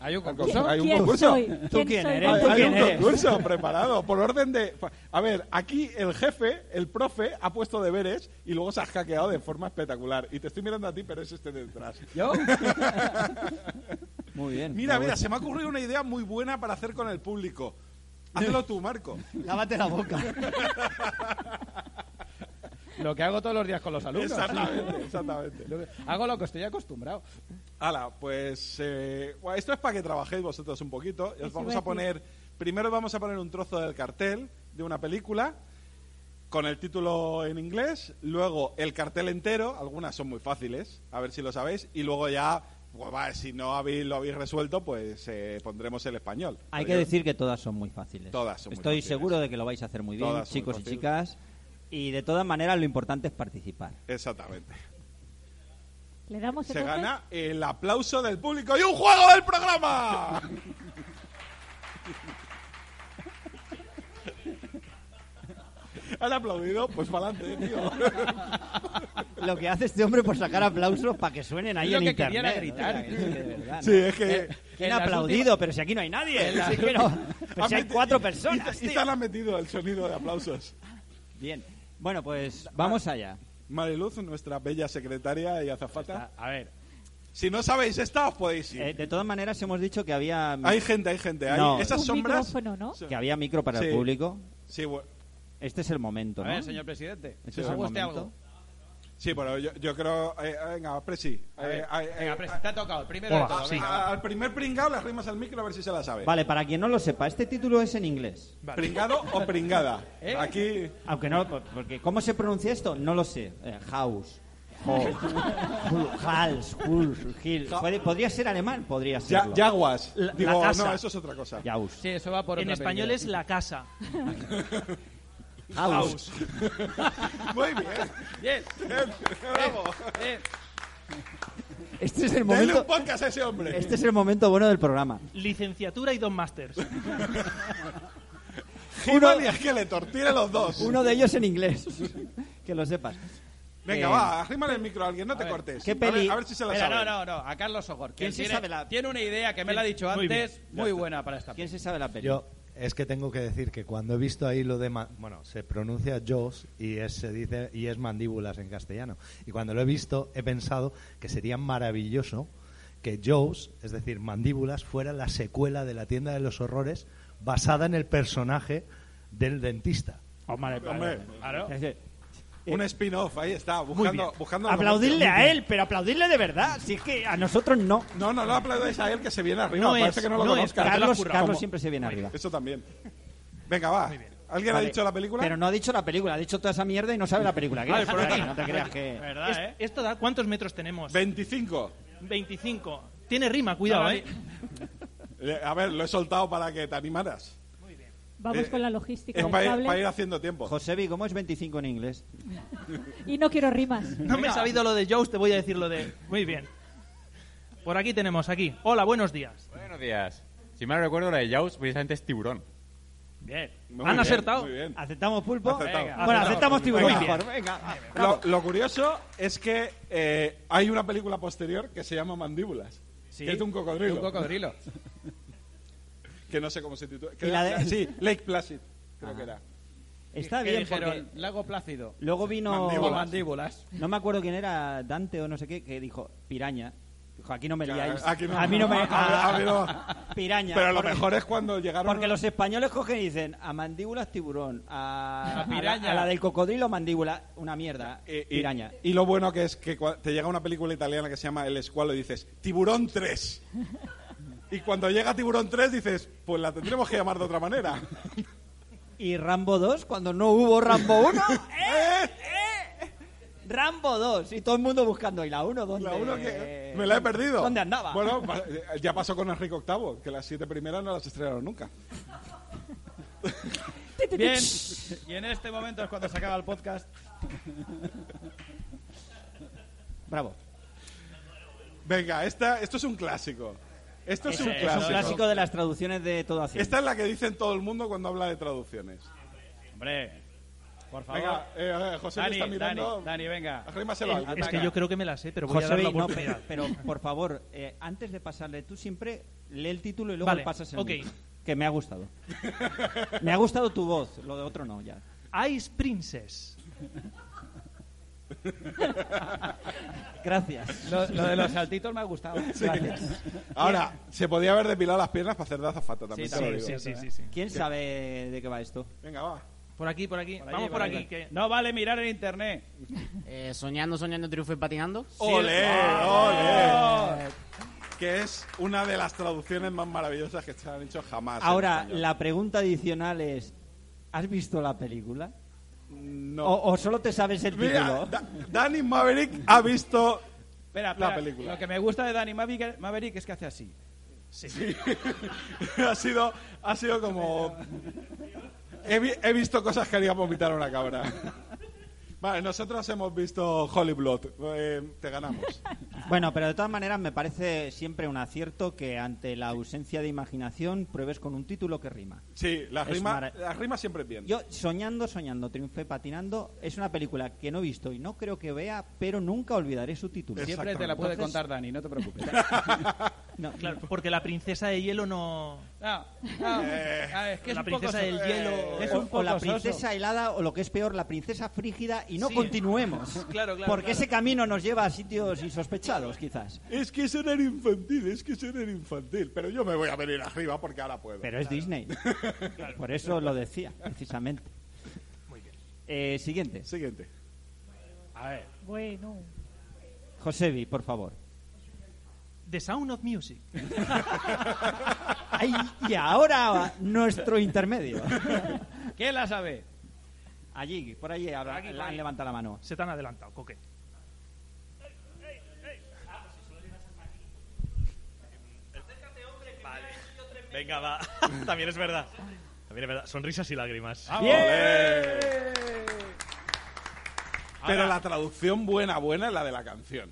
F: ¿Hay un
E: ¿Concurso? ¿Hay un concurso?
C: soy?
D: ¿Tú quién
C: soy?
D: eres?
E: Ah, Hay,
D: ¿Tú
E: hay
D: quién
E: un
D: eres?
E: concurso preparado por orden de. A ver, aquí el jefe, el profe, ha puesto deberes y luego se ha hackeado de forma espectacular. Y te estoy mirando a ti, pero es este detrás.
F: ¿Yo?
D: Muy bien.
E: Mira,
D: Me
E: mira,
D: gusta.
E: se me ha ocurrido una idea muy buena para hacer con el público. Hazlo tú, Marco.
D: Lávate la boca.
F: Lo que hago todos los días con los alumnos.
E: Exactamente, exactamente.
F: Lo que- Hago lo que estoy acostumbrado.
E: Hala, pues eh, bueno, esto es para que trabajéis vosotros un poquito. Y os
C: Eso
E: vamos
C: iba
E: a
C: a
E: poner, primero vamos a poner un trozo del cartel de una película con el título en inglés, luego el cartel entero, algunas son muy fáciles, a ver si lo sabéis, y luego ya, pues, va, si no habéis, lo habéis resuelto, pues eh, pondremos el español.
D: Hay
E: Pero
D: que
E: yo-
D: decir que todas son muy fáciles.
E: Todas son muy
D: Estoy
E: fáciles.
D: seguro de que lo vais a hacer muy bien,
E: Todas son muy
D: chicos y
E: fáciles.
D: chicas. Y de todas maneras, lo importante es participar.
E: Exactamente.
C: Le damos
E: Se
C: entonces-
E: gana el aplauso del público y un juego del programa. ¿Han aplaudido? Pues para adelante, tío.
D: Lo que hace este hombre por sacar aplausos para que suenen ahí
F: Yo
D: en
F: lo que
D: internet.
F: quería era
D: O
F: gritar.
D: sea, es que de verdad, ¿no?
E: Sí, es que.
D: ¿Quién
F: En
D: ha
F: las
D: aplaudido? Pero si aquí no hay nadie. Si, es que no- pero si hay cuatro personas.
E: Y
D: tío.
E: están metido el sonido de aplausos.
D: Bien. Bueno, pues vamos allá.
E: Mariluz, nuestra bella secretaria y azafata.
F: A ver,
E: Si no sabéis esta, os podéis ir.
D: Eh, de todas maneras, hemos dicho que había,
E: Hay gente, hay gente. Hay
D: No.
E: esas
C: Un
E: sombras.
C: micrófono, ¿no?
D: que había micro para el
E: Sí.
D: público.
E: Sí, bueno.
D: Este es el momento,
F: a
D: ¿no?
F: ver, señor presidente. Pues
D: Este es
F: ¿hago
D: el
F: usted
D: momento.
F: algo?
E: Sí, pero yo, yo creo. eh, venga, Presi.
F: A ver,
E: Eh, eh,
F: venga,
E: eh,
F: presi, te ha tocado. el Primero
D: Hola,
F: de todo,
D: Ah, sí.
F: venga.
E: A- Al primer pringado le rimas al micro a ver si se la sabe.
D: Vale, para quien no lo sepa, este título es en inglés.
E: ¿Pringado o pringada?
F: ¿Eh?
E: Aquí.
D: Aunque no, por- porque ¿cómo se pronuncia esto? No lo sé. Eh, house. Ho- Hul- Hals, Hul- Hil. Puede- Podría ser alemán, podría ser.
E: Ya- yaguas.
D: La- la
E: Digo,
D: casa.
E: no, eso es otra cosa.
D: Yaus.
F: Sí, eso va por
D: En
F: otro
D: español
F: apellido.
D: es- Sí. sí. sí. sí. sí. la casa. House.
E: House. Muy bien.
F: Bien,
E: Bien, Bravo.
F: bien.
D: Este es el
E: Dale
D: momento.
E: un podcast a ese hombre.
D: Este es el momento bueno del programa.
J: Licenciatura y dos másters.
E: He-Man y Skeletor, tiene los dos.
D: Uno de ellos en inglés. que lo sepas.
E: Venga,
D: Eh,
E: va, arrímale el micro a alguien, no te
F: ver,
E: cortes.
D: ¿qué
E: A ver-
D: peli-
E: A, ver, si se la
F: Espera,
E: sabe.
F: no, no, no. A Carlos Sogor. que
D: ¿Quién se
F: tiene,
D: sabe la-
F: tiene una idea que me la ha dicho
J: Muy bien,
F: antes, muy, buena para esta.
D: ¿Quién se sabe la peli?
K: Yo es que tengo que decir que cuando he visto ahí lo de ma- bueno se pronuncia jaws y es, se dice y es mandíbulas en castellano y cuando lo he visto he pensado que sería maravilloso que jaws es decir mandíbulas fuera la secuela de la tienda de los horrores basada en el personaje del dentista
E: Hombre,
F: Claro.
E: un spin-off, ahí está, buscando, buscando la
D: aplaudirle
E: noticia.
D: a él, pero aplaudirle de verdad. Si es que a nosotros no.
E: No, no lo aplaudáis a él que se viene
F: Pues
E: arriba,
J: No
E: parece
J: es,
E: que no lo
J: no es,
E: conozca.
D: Carlos,
J: currado.
D: Carlos
J: Como-
D: siempre se viene arriba.
E: Eso también. Venga, va. ¿Alguien ha
D: Vale.
E: dicho la película?
D: Pero no ha dicho la película, ha dicho toda esa mierda y no sabe la película. que
J: Vale,
D: es.
F: pues
J: por aquí.
D: No te creas que.
F: ¿Verdad,
J: Es-
F: eh?
J: ¿Esto da cuántos metros tenemos?
E: 25.
J: 25. Tiene rima, cuidado,
F: Ahora
J: ¿eh?
E: Eh, A ver, lo he soltado para que te animaras.
C: Vamos
E: Eh,
C: con la logística
E: Es
C: del
E: para ir,
C: cable.
E: pa' ir haciendo tiempo.
D: Josebi, ¿cómo es 25 en inglés?
C: Y no quiero rimas.
J: No me he sabido lo de Jones, te voy a decir lo de... Muy bien. Por aquí tenemos, aquí. Hola, buenos días.
G: Buenos días. Si mal no recuerdo, la de Jaws precisamente es tiburón.
K: Bien.
G: Muy
K: Han
G: bien,
K: acertado.
G: muy bien.
D: ¿Aceptamos pulpo?
G: Aceptado.
D: Venga, Bueno, aceptamos tiburón.
E: Venga.
D: Muy bien. Venga,
E: Lo, lo curioso es que eh, hay una película posterior que se llama Mandíbulas. Que es de un cocodrilo.
F: De un cocodrilo.
E: que no sé cómo se titula. Que
D: Y la
E: era-
D: de- Ah.
E: Sí, Lake Placid, creo
D: Ajá.
E: que era.
D: Está
F: Que
D: bien
F: dijeron,
D: porque
F: Lago Plácido.
D: luego vino...
F: Mandíbulas. Mandíbulas.
D: No me acuerdo quién era, Dante o no sé qué, que dijo, piraña. Dijo, aquí no me
E: Claro,
D: liáis.
E: aquí no.
D: a mí no me...
E: A- a mí no.
D: Piraña.
E: Pero lo
D: Porque-
E: mejor es cuando llegaron.
D: Porque los españoles cogen y dicen, a mandíbulas tiburón, a,
E: A piraña.
D: a la, a la del cocodrilo mandíbula, una mierda,
E: Eh, y-
D: piraña.
E: Y, lo bueno que es que cua- te llega una película italiana que se llama El Escualo y dices, Tiburón 3. Y cuando llega Tiburón 3 dices, pues la tendremos que llamar de otra manera.
D: Y Rambo 2, cuando no hubo Rambo 1, ¡eh! ¡eh! Rambo 2, y todo el mundo buscando, y la 1, ¿dónde?
E: La uno
F: eh,
E: que me la he perdido.
D: ¿Dónde andaba?
E: Bueno, pa- ya pasó con Enrique VIII, que las siete primeras no las estrenaron nunca.
F: Bien. Y en este momento es cuando se acaba el podcast.
D: Bravo.
E: Venga, esta, esto es un clásico. Esto es,
D: Ese
E: un clásico.
D: clásico de las traducciones de todo haciendo.
E: Esta es la que dicen todo el mundo cuando habla de traducciones.
F: Hombre, por favor.
E: Venga, eh, a ver, José
F: Dani,
E: me está mirando.
F: Dani, Dani, venga.
E: Arrímaselo al-
F: Es que
D: Venga.
F: yo creo que me la sé, pero voy
D: José
F: a dar la
D: Luis, no,
F: oportunidad.
D: pero, pero, por favor, eh, antes de pasarle, tú siempre lee el título y luego
F: Vale,
D: le pasas el
F: ok.
D: micro, Que me ha gustado. me ha gustado tu voz, lo de otro no, ya.
K: Ice Princess.
D: Gracias.
F: Lo, lo de los saltitos me ha gustado.
E: Sí.
F: Gracias.
E: Ahora, se podía haber depilado las piernas para hacer de azafata también.
F: Sí,
E: te lo
F: sí,
E: digo.
F: sí, sí, sí,
D: ¿Quién sabe de qué va esto?
E: Venga, va.
K: Por aquí, por aquí.
F: allí,
K: Vamos por
F: por
K: aquí.
F: allí.
K: que-
F: No vale mirar en internet.
B: Eh, soñando, soñando, triunfo y patinando.
E: ¡Ole!
F: ¡Oh!
E: ¡Ole! Que es una de las traducciones más maravillosas que se han hecho jamás. en
D: Ahora,
E: español.
D: la pregunta adicional es: ¿has visto la película?
E: No.
D: O, o solo te sabes el
E: Mira,
D: título?
E: Da- Danny Maverick ha visto
F: Espera,
E: la
F: espera.
E: película.
F: Lo que me gusta de Danny Maverick, Maverick es que hace así.
E: Sí. ha, sido, ha sido como... He, vi- he visto cosas que haría vomitar a una cabra. Vale, nosotros hemos visto Holy Blood. Eh, te ganamos.
D: Bueno, pero de todas maneras me parece siempre un acierto que ante la ausencia de imaginación pruebes con un título que rima.
E: Sí, las
D: Es
E: rimas
D: mara-
E: las rimas siempre es bien.
D: Yo, soñando, soñando, triunfé patinando, es una película que no he visto y no creo que vea, pero nunca olvidaré su título.
F: Siempre te la puede
D: Entonces,
F: contar Dani, no te preocupes.
D: no,
K: Claro, porque la princesa de hielo no.
F: No, no. Ah, es que es
K: La
F: un poco
K: princesa
F: so-
K: del
F: eh,
K: hielo.
F: es
D: o-
F: un
D: o,
F: poco
D: la
F: soso.
D: princesa helada o lo que es peor, la princesa frígida y no
K: Sí.
D: continuemos.
K: Claro, claro,
D: porque
K: claro.
D: ese camino nos lleva a sitios insospechados, quizás.
E: Es que eso no era infantil, es que eso no era infantil. Pero yo me voy a venir arriba porque ahora puedo.
D: Pero es Disney. Por eso lo decía, precisamente. Eh, siguiente.
E: Siguiente.
F: A ver.
L: Bueno,
D: Josebi, por favor.
K: The Sound of Music.
D: Ay, y ahora nuestro intermedio.
F: ¿Quién la sabe?
D: Allí, por allí, habrá-
K: Aquí, por
D: la-
K: ahí.
D: levanta la mano.
K: Se te han adelantado, coque.
M: Venga, va. También es verdad. También es verdad. Sonrisas y lágrimas.
K: Ah,
E: Pero la traducción buena, buena es la de la canción.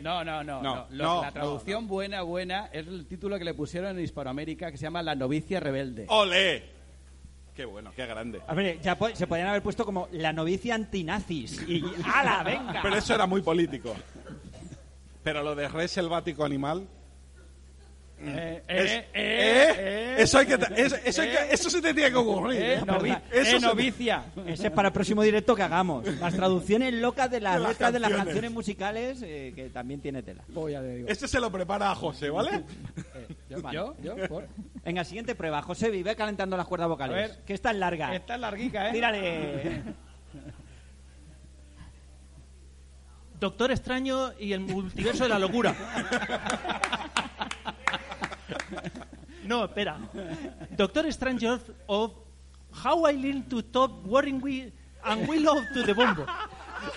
F: No, no, no.
E: No,
F: no. Lo-
E: no,
F: la traducción buena, buena es el título que le pusieron en Hispanoamérica que se llama La novicia rebelde.
E: Oh, ¡Ole! Qué bueno, qué grande.
D: A ver, ya po- se podían haber puesto como la novicia antinazis. Y ¡hala, venga!
E: Pero eso era muy político. Pero lo de rey selvático animal.
F: Eh,
E: es-
F: eh, eh,
E: ¿eh?
F: eh,
E: eso, hay que, tra- es- eso, hay
F: eh,
E: que- eso se te tiene que ocurrir.
F: eh,
E: ¿eh?
F: novi-
E: Eso se-
F: eh, novicia.
D: Ese es para el próximo directo que hagamos. Las traducciones locas de las,
E: De las
D: letras de las
E: canciones.
D: canciones musicales, eh, que también tiene tela.
F: Polla de Dios.
E: Este se lo prepara a José, ¿vale?
F: Yo,
D: Vale.
F: yo, yo, por-
D: Venga, siguiente prueba. José, ve calentando las cuerdas vocales.
F: A ver.
D: que esta es larga.
F: Está larguica, ¿eh?
D: Tírale.
K: Doctor Extraño y el multiverso de la locura. No, espera. Doctor Strange of How I Learned to Top Warring We and We Love to the Bombo.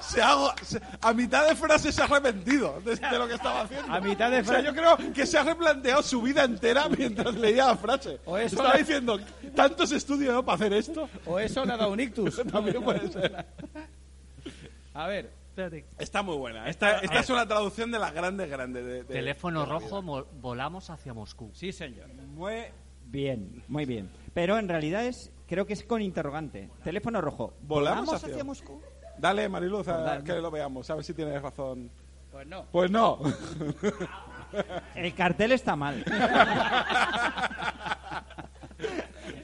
E: Se hago, se- a mitad de frase se ha arrepentido de, de lo que estaba haciendo.
F: A mitad de
E: O sea,
F: frase-
E: yo creo que se ha replanteado su vida entera mientras leía la frase.
F: O eso
E: Estaba
F: la-
E: diciendo, tantos estudios ¿no? para hacer esto.
F: O eso le ha dado un ictus.
E: También puede ser.
F: A ver,
K: Espérate.
E: Está muy buena. ¿eh? Esta, esta es una traducción de las grandes, grandes. de- de-
N: Teléfono
E: de la
N: rojo,
E: vida.
N: mo- volamos hacia Moscú.
F: Sí, señor.
O: Muy
D: Bien, muy bien. Pero en realidad es, creo que es con interrogante. Teléfono rojo.
E: ¿Volamos
D: ¿Volamos
E: hacia-
D: hacia Moscú?
E: Dale, Mariluz, a-
D: Dale.
E: que lo veamos, a ver si tienes razón.
F: Pues no.
E: Pues no.
D: El cartel está mal.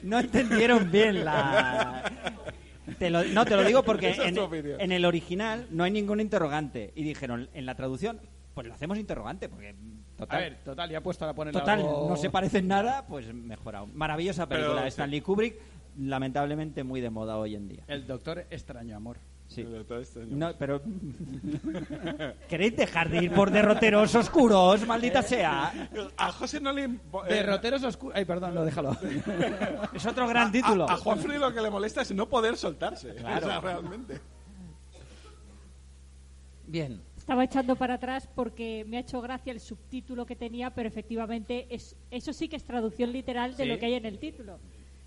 D: No entendieron bien la. Te lo- no, te lo digo porque
E: Esa es
D: en,
E: tu opinión.
D: en el original no hay ningún interrogante. Y dijeron, en la traducción, pues lo hacemos interrogante. Porque, total,
F: A ver, total, ya he puesto a poner
D: total no se parece en nada, pues mejorado. Maravillosa
F: Pero,
D: película de
F: sí.
D: Stanley Kubrick, lamentablemente muy de moda hoy en día.
F: El doctor extraño amor.
D: Sí.
F: No,
D: pero. ¿Queréis dejar de ir por derroteros oscuros, maldita sea?
E: A José no le. impo- eh,
F: Derroteros oscuros. Ay, perdón, no, déjalo.
D: Es otro gran título.
E: A, a Juanfrey lo que le molesta es no poder soltarse.
D: Claro.
E: O sea, realmente.
N: Bien.
C: Estaba echando para atrás porque me ha hecho gracia el subtítulo que tenía, pero efectivamente es, eso sí que es traducción literal de
P: Sí.
C: lo que hay en el título.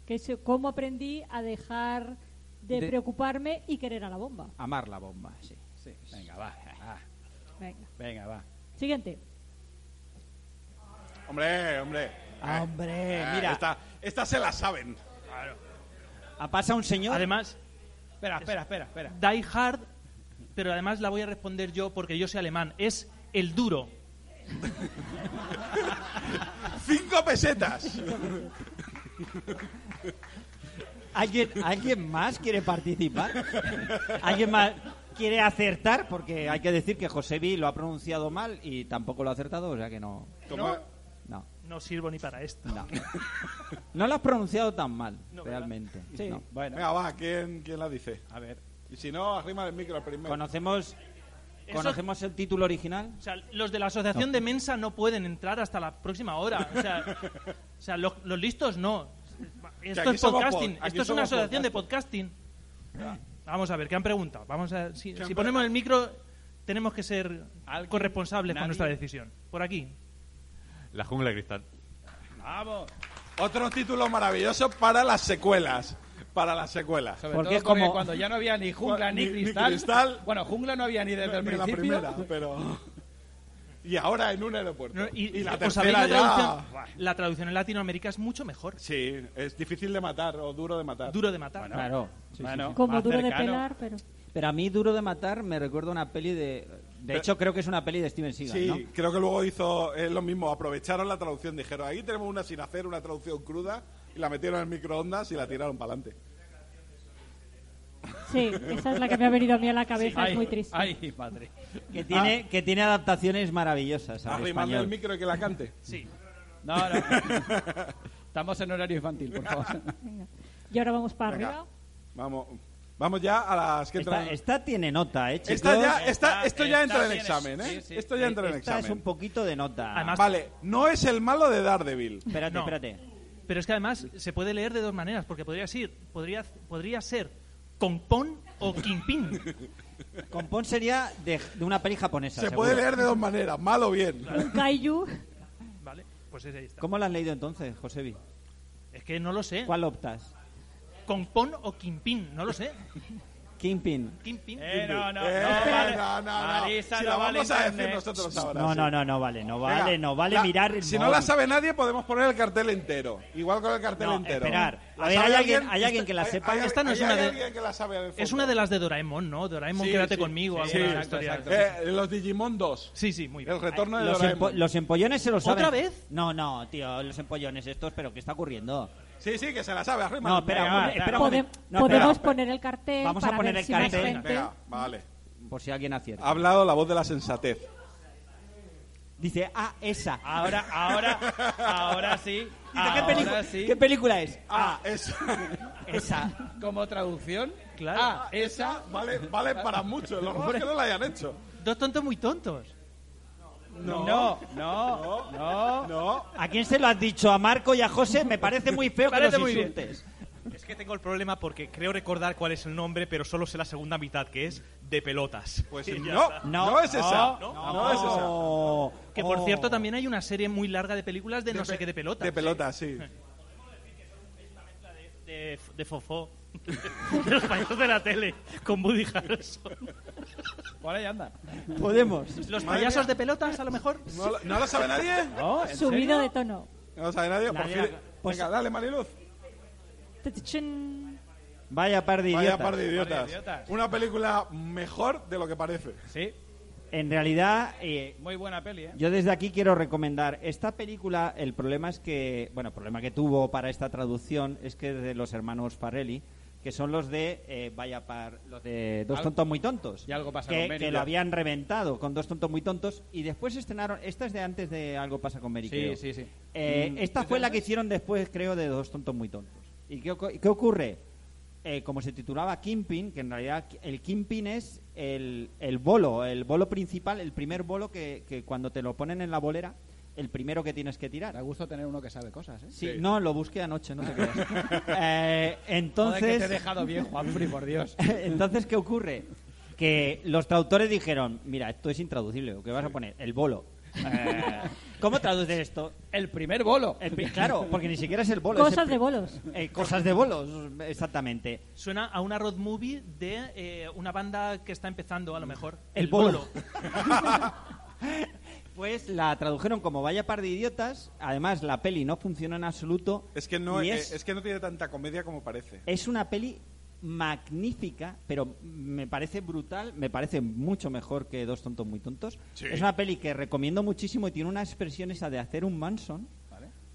C: Que es eh, cómo aprendí a dejar de,
D: De-
C: preocuparme y querer a la bomba.
D: Amar la bomba, sí.
F: Venga, va. ah,
C: Venga.
F: Venga,
D: Ah,
F: va.
C: Siguiente.
E: Hombre, hombre.
D: Ah, hombre,
E: Ah,
D: mira.
E: Esta, esta se la saben.
D: Pasa un señor.
K: Además,
F: espera, espera, espera, espera.
K: Die Hard, pero además la voy a responder yo porque yo soy alemán. Es el duro.
E: ¡Cinco pesetas!
D: ¿Alguien, ¿Alguien más quiere participar? ¿Alguien más quiere acertar? Porque hay que decir que Josebi lo ha pronunciado mal y tampoco lo ha acertado, o sea que no.
K: Toma.
D: No.
K: No sirvo ni para esto.
D: No lo has pronunciado tan mal,
K: No, ¿verdad?
D: realmente.
K: Sí.
D: No.
E: Venga, va, ¿quién, ¿quién la dice?
F: A ver.
E: Y si no, arrima el micro primero.
D: ¿Conocemos,
K: Eso-
D: ¿Conocemos el título original?
K: O sea, los de la asociación
D: No.
K: de Mensa no pueden entrar hasta la próxima hora. O sea, o sea, los, los listos no.
E: Que
K: Esto
E: aquí
K: es
E: somos
K: podcasting.
E: pod- aquí
K: Esto es una
E: somos
K: asociación de podcasting. Vamos a ver, ¿qué han preguntado? Vamos a, si, si ponemos el micro, tenemos que ser corresponsables
F: ¿Nadie?
K: con nuestra decisión. Por aquí.
Q: La jungla de cristal.
F: Vamos.
E: Otro título maravilloso para las secuelas. Para las secuelas.
F: Sobre todo porque cuando ya no había ni jungla ni,
E: Ni- ni
F: cristal,
E: cristal.
F: Bueno, jungla no había ni desde el
E: Ni la
F: principio.
E: primera, pero... Y ahora en un aeropuerto.
K: No,
E: y, la
K: ¿os sabéis
E: tercera
K: la
E: ya...
K: traducción? La traducción en Latinoamérica es mucho mejor.
E: Sí, es difícil de matar o duro de matar.
K: Duro de matar.
D: Claro.
K: Bueno,
D: más
C: Como duro de
D: cercano.
C: pelar, pero...
D: Pero a mí Duro de Matar me recuerda una peli de... De hecho, creo que es una peli de Steven Seagal,
E: Sí,
D: ¿no?
E: creo que luego hizo eh, lo mismo. Aprovecharon la traducción. Dijeron, ahí tenemos una sin hacer, una traducción cruda. Y la metieron en el microondas y la tiraron para adelante.
C: Sí, esa es la que me ha venido a mí a la cabeza,
D: Ay,
C: es muy triste.
F: Ay, madre.
D: Que
E: Ah.
D: tiene, que tiene adaptaciones maravillosas al
E: Arrimando el
D: español.
E: micro y que la cante.
K: Sí.
F: No, no. Estamos en horario infantil, por favor.
C: Y ahora vamos para
E: Venga.
C: arriba.
E: Vamos, vamos ya a las que
D: Esta,
E: entran-
D: esta tiene nota, ¿eh, chicos?
E: Esta ya- esta- esto ya entra en examen, ¿eh? Esto ya entra en
D: Esta es
E: examen.
D: un poquito de nota.
E: vale, no es el malo de Daredevil.
D: Espérate,
K: No.
D: espérate.
K: Pero es que además se puede leer de dos maneras, porque podría ser, podría, podría ser Compón o Kingpin.
D: Compón sería de, de una peli japonesa,
E: Se
D: seguro.
E: puede leer de dos maneras, mal o bien.
C: Kaiju.
K: Vale, pues ese ahí está.
D: ¿Cómo la has leído entonces, Josebi?
K: Es que no lo sé.
D: ¿Cuál optas?
K: Compón o Kingpin, no lo sé.
D: Kingpin.
K: Kingpin.
F: Eh, no, no,
E: Eh,
F: no, vale.
E: no, no, no.
F: Marisa,
E: Si
F: no
E: la
F: vale
E: vamos a decir
F: internet.
E: nosotros ahora.
D: No,
E: sí.
D: no, no, no vale, no vale,
E: Venga,
D: no vale
E: la-
D: mirar el
E: Si no
D: móvil.
E: la sabe nadie, podemos poner el cartel entero. Igual con el cartel
D: No,
E: entero.
D: esperar.
E: ¿La
D: A ver,
E: sabe
D: ¿hay alguien- hay alguien que la
E: Hay-
D: sepa?
E: hay-
K: Esta no
E: hay-
K: es una
E: hay
K: de-
E: alguien que la sabe de
K: Es
E: fondo.
K: una de las de Doraemon, ¿no? Doraemon,
E: Sí,
K: quédate
E: sí.
K: conmigo.
E: Sí,
K: alguna
E: exacto,
K: historia.
E: exacto. Eh, los Digimon 2.
K: Sí, sí, muy
E: bien. El retorno de
D: Los, empo-
E: Doraemon.
D: los empollones se los saben.
K: ¿Otra vez?
D: No, no, tío, los empollones estos, pero ¿qué está ocurriendo?
E: Sí, sí, que se la sabe. Arrima.
D: No, espera, un momento, espera un
C: Pode-
D: momento. No, espera.
C: podemos poner el cartel
D: Vamos
C: para
D: a poner
C: ver
D: el
C: si más
D: cartel.
C: gente-
E: Venga, vale.
D: Por si alguien acierta.
E: Ha hablado la voz de la sensatez.
D: Dice, ah, ah, esa.
F: Ahora, ahora, ahora sí.
D: Dice, ¿qué,
F: Ahora
D: pelicu-
F: sí.
D: ¿Qué película es?
E: Ah, esa.
D: Esa.
F: Como traducción,
K: Claro.
F: ah, esa.
E: Vale, vale para mucho. Lo malo es que no la hayan hecho.
K: Dos tontos muy tontos.
F: No, no, no.
E: No.
D: ¿A quién se lo has dicho? ¿A Marco y a José? Me parece muy feo
K: Parece
D: que los
K: muy bien.
D: insultes.
R: Es que tengo el problema porque creo recordar cuál es el nombre, pero solo sé la segunda mitad, que es de pelotas.
E: Pues
R: Y ya
E: no,
R: está.
E: no, es esa.
R: no,
E: No, es esa.
D: esa.
K: Que por
E: Oh.
K: cierto también hay una serie muy larga de películas de, no
E: pe-
K: sé qué de pelota.
E: De pelota, sí.
K: De, de, de Fofó, de los payasos de la tele, con Woody Harrelson.
F: Por ahí anda.
D: Podemos.
K: Los
D: Madre
K: payasos
D: mía.
K: de pelotas, a lo mejor.
E: ¿No, lo- no lo sabe nadie?
D: No,
S: ¿en Subido serio? de tono.
E: No lo sabe nadie. Pues,
D: Nadie
E: Fili-
D: la-
E: pues- venga, dale, Mariluz.
S: Tachín.
D: Vaya par de idiotas.
E: Vaya par de
D: Par
E: idiotas.
D: de idiotas.
E: Una película mejor de lo que parece.
F: Sí.
D: En realidad, eh,
F: Muy buena peli, ¿eh?
D: Yo desde aquí quiero recomendar esta película. El problema es que, bueno, el problema que tuvo para esta traducción es que de los hermanos Farelli, que son los de eh, vaya par, los de dos
F: Al-
D: tontos muy tontos,
F: Y algo pasa con
D: que,
F: Benny
D: que
F: y
D: lo
F: yo.
D: habían reventado con dos tontos muy tontos y después estrenaron. Esta es de antes de algo pasa con Mary.
F: Sí,
D: creo.
F: sí, sí.
D: Eh,
F: Mm,
D: esta
F: ¿sí
D: fue
F: te
D: la que hicieron después, creo, de dos tontos muy tontos. ¿Y qué, oco- qué ocurre? Eh, como se titulaba Kingpin, que en realidad el Kingpin es el, el bolo, el bolo principal, el primer bolo que, que cuando te lo ponen en la bolera, el primero que tienes que tirar.
F: Da gusto tener uno que sabe cosas, ¿eh?
D: Sí, No, lo busqué anoche, no te creas. Eh, entonces...
F: Joder, que te he dejado bien, Juanfri, por Dios.
D: entonces, ¿qué ocurre? Que los traductores dijeron, mira, esto es intraducible, ¿qué vas a poner? El bolo. Eh, ¿Cómo traduces esto?
F: El primer bolo.
D: El pri- claro, porque ni siquiera es el bolo.
S: Cosas
D: es el pri-
S: de bolos.
D: Eh, cosas de bolos, exactamente.
K: Suena a una road movie de eh, una banda que está empezando, a lo mejor.
D: El bolo. Pues la tradujeron como vaya par de idiotas. Además, la peli no funciona en absoluto.
E: Es que no,
D: Y
E: eh,
D: es-
E: es que no tiene tanta comedia como parece.
D: Es una peli magnífica, pero me parece brutal, me parece mucho mejor que Dos tontos muy tontos.
E: Sí.
D: Es una peli que recomiendo muchísimo y tiene una expresión esa de hacer un Manson.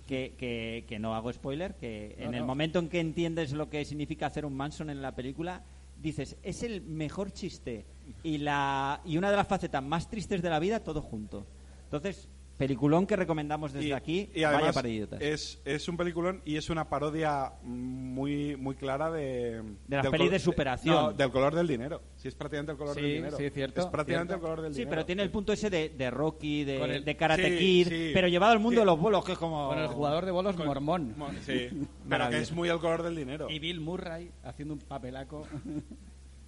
D: Que, que- que no hago spoiler, que
F: No,
D: en el
F: no.
D: momento en que entiendes lo que significa hacer un Manson en la película, dices, es el mejor chiste y, la, y una de las facetas más tristes de la vida todo junto. Entonces, peliculón que recomendamos desde
E: Y-
D: aquí,
E: y además
D: vaya para idiotas.
E: Es, es un peliculón y es una parodia muy, muy clara de...
D: De las
E: del
D: pelis
E: col-
D: de superación.
E: no, del color del dinero. Sí, es prácticamente el color
F: Sí,
E: del dinero.
F: sí, cierto,
E: Es prácticamente
F: cierto.
E: el color del
D: Sí,
E: dinero.
D: pero tiene el punto ese de, de Rocky, de,
F: Con el-
D: de Karate
E: Sí,
D: Kid,
E: sí.
D: pero llevado al mundo
E: Sí.
D: de los bolos, que es como...
F: Con el jugador de bolos mormón.
E: Mo- Sí, pero que
D: Maravilla.
E: es muy el color del dinero.
F: Y Bill Murray haciendo un papelaco.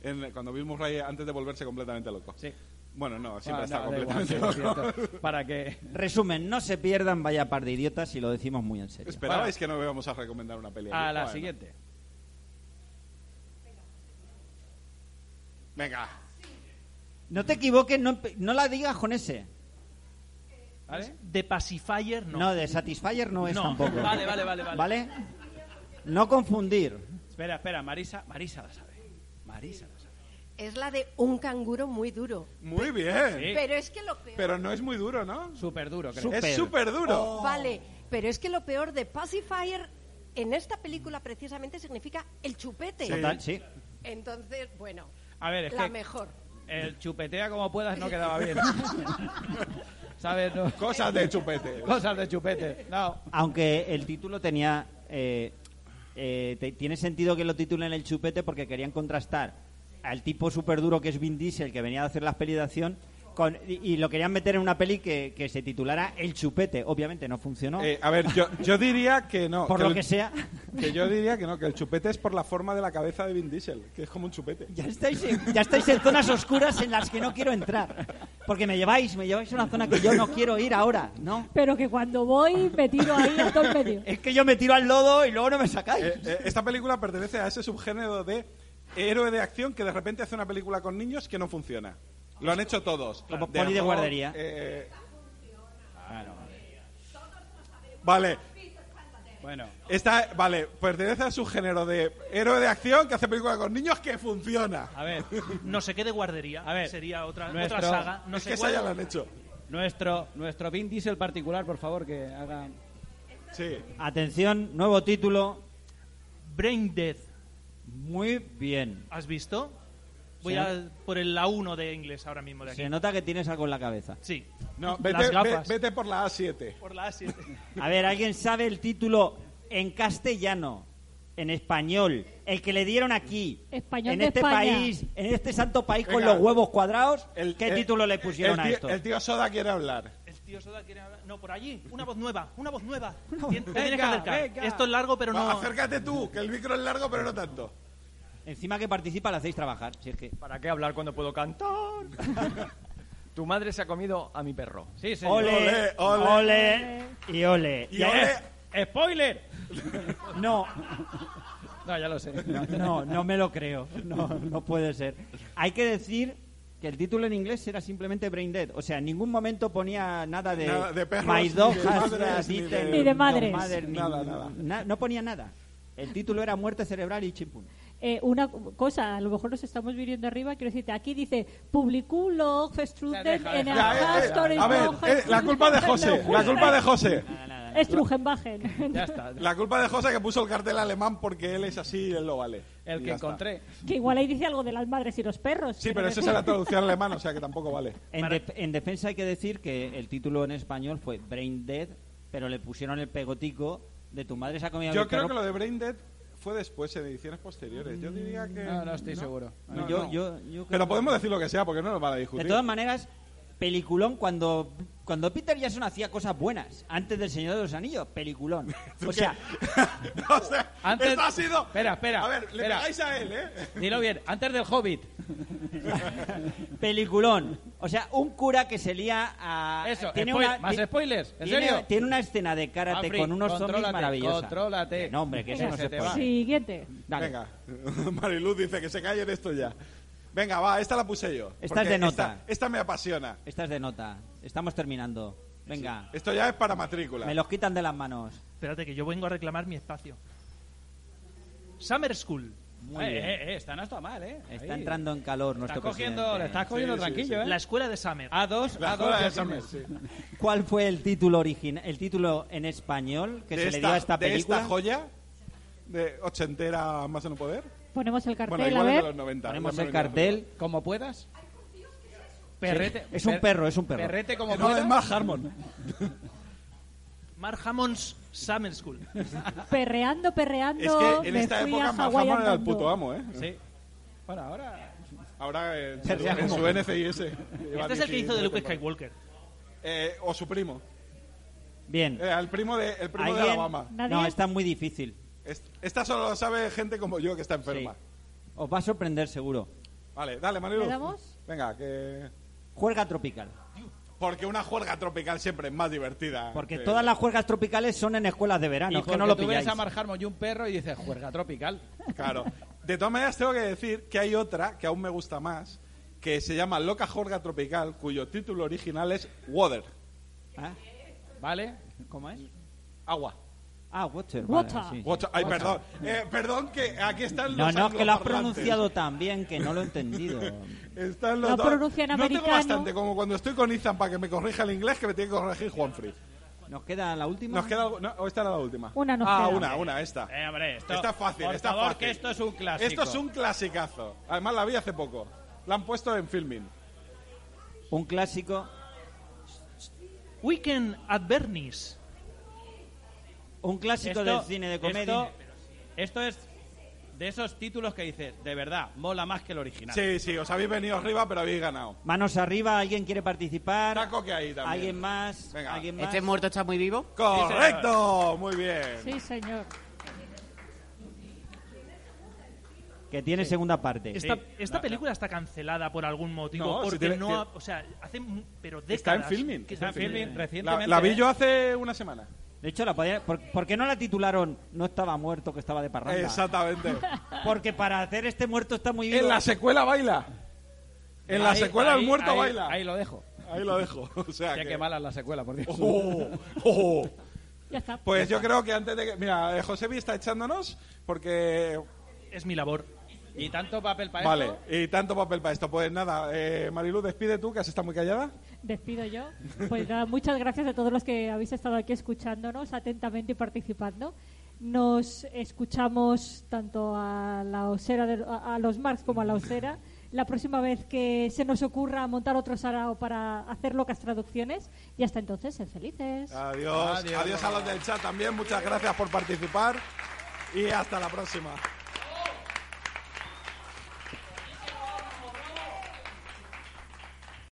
E: En- cuando Bill Murray antes de volverse completamente loco.
F: Sí.
E: Bueno, no, siempre
F: Ah,
E: está
F: no, da igual,
E: completamente
F: sí,
E: loco.
F: lo siento. Para que...
D: Resumen, no se pierdan, vaya par de idiotas, y lo decimos muy en serio.
E: ¿Esperabais que no íbamos a recomendar una peli?
F: A
E: aquí?
F: la
E: Bueno.
F: siguiente.
E: Venga.
D: No te equivoques, no, empe- no la digas con ese.
F: ¿Vale?
K: De Pacifier, no.
D: No, de Satisfyer no es
K: No,
D: tampoco.
K: vale, vale, vale, vale.
D: ¿Vale? No confundir.
F: Espera, espera, Marisa, Marisa la sabe. Marisa la sabe.
C: Es la de un canguro muy duro.
E: Muy bien.
F: Sí.
C: Pero es que lo peor.
E: Pero no es muy duro, ¿no?
F: Súper Oh. duro, creo.
E: Es súper duro.
C: Vale, pero es que lo peor de Pacifier en esta película precisamente significa el chupete.
D: Total, sí.
C: Entonces, bueno,
F: A ver, es
C: la
F: que
C: mejor.
F: el chupetea como puedas no quedaba bien. ¿Sabes? No.
E: Cosas de chupete.
F: Cosas de chupete. No.
D: Aunque el título tenía... eh, eh, te- tiene sentido que lo titulen El Chupete porque querían contrastar al tipo súper duro que es Vin Diesel, que venía a hacer las pelis de acción, con, y, y lo querían meter en una peli que, que se titulara El Chupete. Obviamente no funcionó.
E: Eh, a ver, yo, yo diría que no.
D: por lo
E: el-
D: que sea,
E: Que yo diría que no, que el chupete es por la forma de la cabeza de Vin Diesel, que es como un chupete.
D: ya estáis, en, ya estáis en zonas oscuras en las que no quiero entrar. Porque me lleváis, me lleváis a una zona que yo no quiero ir ahora, ¿no?
S: Pero que cuando voy me tiro ahí a todo el medio.
D: Es que yo me tiro al lodo y luego no me sacáis.
E: Eh, eh, esta película pertenece a ese subgénero de héroe de acción que de repente hace una película con niños que no funciona. Lo han hecho todos.
D: Como
E: The
D: poli de
E: Rock,
D: guardería.
E: eh, vale,
F: Bueno.
E: esta, vale, pertenece a su género de héroe de acción que hace película con niños que funciona.
F: A ver,
K: No sé qué de guardería.
F: A ver,
K: Sería otra,
F: nuestro-
K: otra saga. No
E: es
K: sé
E: que esa
K: cuál.
E: ya la han hecho.
F: nuestro, nuestro Vin Diesel particular, por favor, que haga...
E: Sí.
D: Atención, nuevo título.
K: Brain Death.
D: Muy bien.
K: ¿Has visto? Voy
D: Se
K: a por el A1 de inglés ahora mismo de aquí.
D: Se nota que tienes algo en la cabeza.
K: Sí.
E: No,
K: Las
E: vete, ve-
K: gafas.
E: vete por la A7.
K: Por la A7.
D: A ver, ¿alguien sabe el título en castellano, en español, el que le dieron aquí,
S: Español
D: en
S: de
D: este
S: España.
D: país, en este santo país con
E: Venga.
D: los huevos cuadrados?
E: El-
D: ¿Qué
E: el-
D: título le
E: El
D: pusieron a
E: tío,
D: esto?
E: el tío Soda quiere hablar.
K: El tío Soda quiere hablar. No, por allí. Una voz nueva. Una voz nueva. Tien- te tienes que
F: Venga,
K: acercar.
F: venga.
K: Esto es largo, pero
E: Va,
K: no.
E: acércate tú, que el micro es largo, pero no tanto.
D: Encima que participa, la hacéis trabajar. Si es que...
T: ¿Para qué hablar cuando puedo cantar? tu madre se ha comido a mi perro.
F: Sí, señor.
D: Ole,
E: Ole, ole.
D: ole y ole.
E: Y ole,
F: ¡Spoiler!
D: No.
U: No, ya lo sé.
D: No, no, no me lo creo. No, no puede ser. Hay que decir que el título en inglés era simplemente Brain Dead. O sea, en ningún momento ponía nada de,
E: Nada de perros,
D: My
E: ni
D: dog
E: de
D: has
E: madres,
D: a
E: ni de-
D: detail,
E: Ni de
D: no
E: madres.
D: mother, ni-
E: Nada, nada.
D: na- no ponía nada. El título era Muerte Cerebral y Chimpún.
C: Eh, una cu- cosa, a lo mejor nos estamos viniendo arriba, quiero decirte, aquí dice, publicó log Struden
E: deja,
C: en
E: deja.
C: el
E: Ya, eh, eh,
C: Story
E: a ver, eh, la culpa de José, la culpa de José.
C: Strugenbagen.
E: La culpa de José que puso el cartel alemán porque él es así y él lo vale.
U: El
E: Y
U: que
E: ya está.
U: encontré.
C: Que igual ahí dice algo de las madres y los perros.
E: Sí,
C: quiero
E: pero esa es
C: decir.
E: la traducción alemana, o sea que tampoco vale.
D: En, def- en defensa hay que decir que el título en español fue Brain Dead, pero le pusieron el pegotico de tu madre se ha comido a
E: Yo
D: mi
E: creo
D: perro".
E: que lo de Brain Dead fue después en ediciones posteriores. Yo diría que.
D: No, no estoy seguro.
E: No,
D: Yo-
E: no.
D: yo- yo creo
E: Pero
D: que-
E: podemos decir lo que sea porque no nos van a
D: De
E: discutir.
D: todas maneras, peliculón cuando cuando Peter Jackson hacía cosas buenas antes del Señor de los Anillos, peliculón. O sea,
E: o sea,
D: Antes-
E: esto ha sido.
D: Espera, espera,
E: A ver, le
D: espera.
E: pegáis a él, ¿eh?
D: Dilo bien, antes del Hobbit. Peliculón. O sea, un cura que se lía a.
F: Eso, spoil- más
D: ti-
F: spoilers, ¿en
D: tiene-
F: serio?
D: Tiene una escena de karate
F: Afri,
D: con unos zombies
F: contrólate,
D: maravillosa.
F: contrólate.
D: Que No, hombre, que eso no
F: Se
D: se
F: te
D: puede.
C: Siguiente.
D: Dale.
E: Venga, Mariluz dice que se calle de esto ya. Venga, va, esta la puse yo.
D: Esta
E: porque
D: es de nota.
E: Esta, esta me apasiona.
D: Esta es de nota. Estamos terminando. Venga.
E: Esto ya es para matrícula.
D: Me los quitan de las manos.
K: Espérate, que yo vengo a reclamar mi espacio. Summer School.
D: Muy
F: eh,
D: bien.
F: eh, eh, está no está mal, ¿eh?
D: Está
F: Ahí.
D: entrando en calor
F: Está
D: nuestro
F: cogiendo,
D: presidente.
F: le estás cogiendo tranquillo, ¿eh?
K: La escuela de Summer.
F: A2,
D: Ah,
K: La
F: A2.
K: escuela de
F: ya tienes.
D: ¿Cuál fue el título original, el título en español que
E: De
D: se le dio a esta
E: de
D: película?
E: esta joya de ochentera más en un poder.
C: Ponemos el cartel,
E: Bueno,
C: a
E: igual es de
C: ver.
E: los 90.
D: Ponemos
E: ya me
D: el
E: lo invento.
D: cartel.
F: Como puedas. Perrete.
D: es un
F: per-
D: perro, es un perro.
F: Perrete como
D: No,
F: puedas.
D: es Mark Harmon.
K: Mark Hammond's Summer School.
C: Perreando, perreando.
E: Es que en
C: me
E: esta
C: fui
E: época
C: a
E: Mark
C: Hawái
E: Harmon era el
C: andando.
E: puto amo, ¿eh?
F: Sí. Bueno, ahora.
E: Ahora en su,
K: Pero sea
E: en
K: como-
E: su NCIS. Lleva
K: Este es el que hizo de
E: 19
K: Luke
E: temporadas.
K: Skywalker.
E: Eh, o su primo.
D: Bien.
E: Eh, el primo de, el primo de
D: ¿Alguien?
E: Alabama.
D: No, está muy difícil.
E: Est- Esta solo la sabe gente como yo que está enferma.
D: Os va a sorprender seguro.
E: Vale, dale, Marilu.
D: ¿Le damos?
E: Venga, que...
D: Juerga tropical.
E: Porque una juerga tropical siempre es más divertida.
D: Porque
E: que-
D: todas las juergas tropicales son en escuelas de verano.
F: Y
D: Es que no
F: porque
D: lo
F: tú ves
D: pilláis.
F: a Mark Harmon y un perro y dices, juerga tropical.
E: Claro. De todas maneras, tengo que decir que hay otra que aún me gusta más, que se llama Loca Jorga Tropical, cuyo título original es Water.
F: ¿Vale? ¿Cómo es?
E: Agua.
D: Ah, Water. vale,
E: Water.
D: sí, sí.
E: Ay,
D: Water.
E: perdón. Eh, perdón que aquí están
D: No,
E: los
D: no, es que lo has
E: angloparlantes.
D: pronunciado tan bien que no lo he entendido.
E: Están los
D: Lo
E: dos.
D: pronuncia en
E: no tengo
D: americano.
E: bastante, como cuando estoy con Izan para que me corrija el inglés, que me tiene que corregir Juanfrey.
D: ¿Nos queda la última?
E: Nos queda... algo- No, o esta era la última.
D: Una nos
E: Ah,
D: queda.
E: una, una, esta.
F: Eh, hombre, esto.
E: Está fácil,
F: por
E: está
F: favor,
E: fácil.
F: que esto es un clásico.
E: Esto es un clasicazo. Además, la vi hace poco. La han puesto en filming.
D: Un clásico.
K: Weekend at Bernie's.
D: Un clásico del cine de comedia.
F: Esto, esto es de esos títulos que dices, de verdad, mola más que el original.
E: Sí, sí, os habéis venido arriba, pero habéis ganado.
D: Manos arriba, ¿alguien quiere participar?
E: que ahí también.
D: ¿Alguien más? ¿Alguien más?
V: ¿Este muerto está muy vivo?
E: ¡Correcto! Muy bien.
C: Sí, señor.
D: Que tiene segunda parte.
K: Esta, esta película está cancelada por algún motivo.
E: No, si
K: porque
E: tiene-
K: no
E: tiene-
K: ha, O sea, hace. mu- Pero
E: Está
K: décadas.
E: en filming.
K: que-
E: Está en filming
F: recientemente,
E: La, la vi
F: ¿eh?
E: yo hace una semana.
D: De hecho, la podía- ¿por, por qué no la titularon No estaba muerto, que estaba de parranda?
E: Exactamente.
D: Porque para hacer este muerto está muy bien.
E: En la secuela baila. En la
F: Ahí-
E: secuela
F: ahí-
E: el muerto
F: ahí-
E: baila.
F: Ahí lo dejo.
E: Ahí lo dejo. O sea
F: ya
E: que-
F: que mala es la secuela, por Dios.
E: Oh, oh.
C: Ya está.
E: Pues yo creo que antes de que. Mira, eh, Josebi está echándonos porque.
K: Es mi labor.
F: Y tanto papel para
E: Vale,
F: esto.
E: y tanto papel para esto. Pues nada, eh, Marilu, despide tú, que has estado muy callada.
C: Despido yo. Pues nada, muchas gracias a todos los que habéis estado aquí escuchándonos atentamente y participando. Nos escuchamos tanto a la osera de- a a los Marx como a la osera. La próxima vez que se nos ocurra montar otro sarao para hacer locas traducciones. Y hasta entonces, sed felices.
E: Adiós. Adiós, a los del chat también. Muchas gracias por participar y hasta la próxima.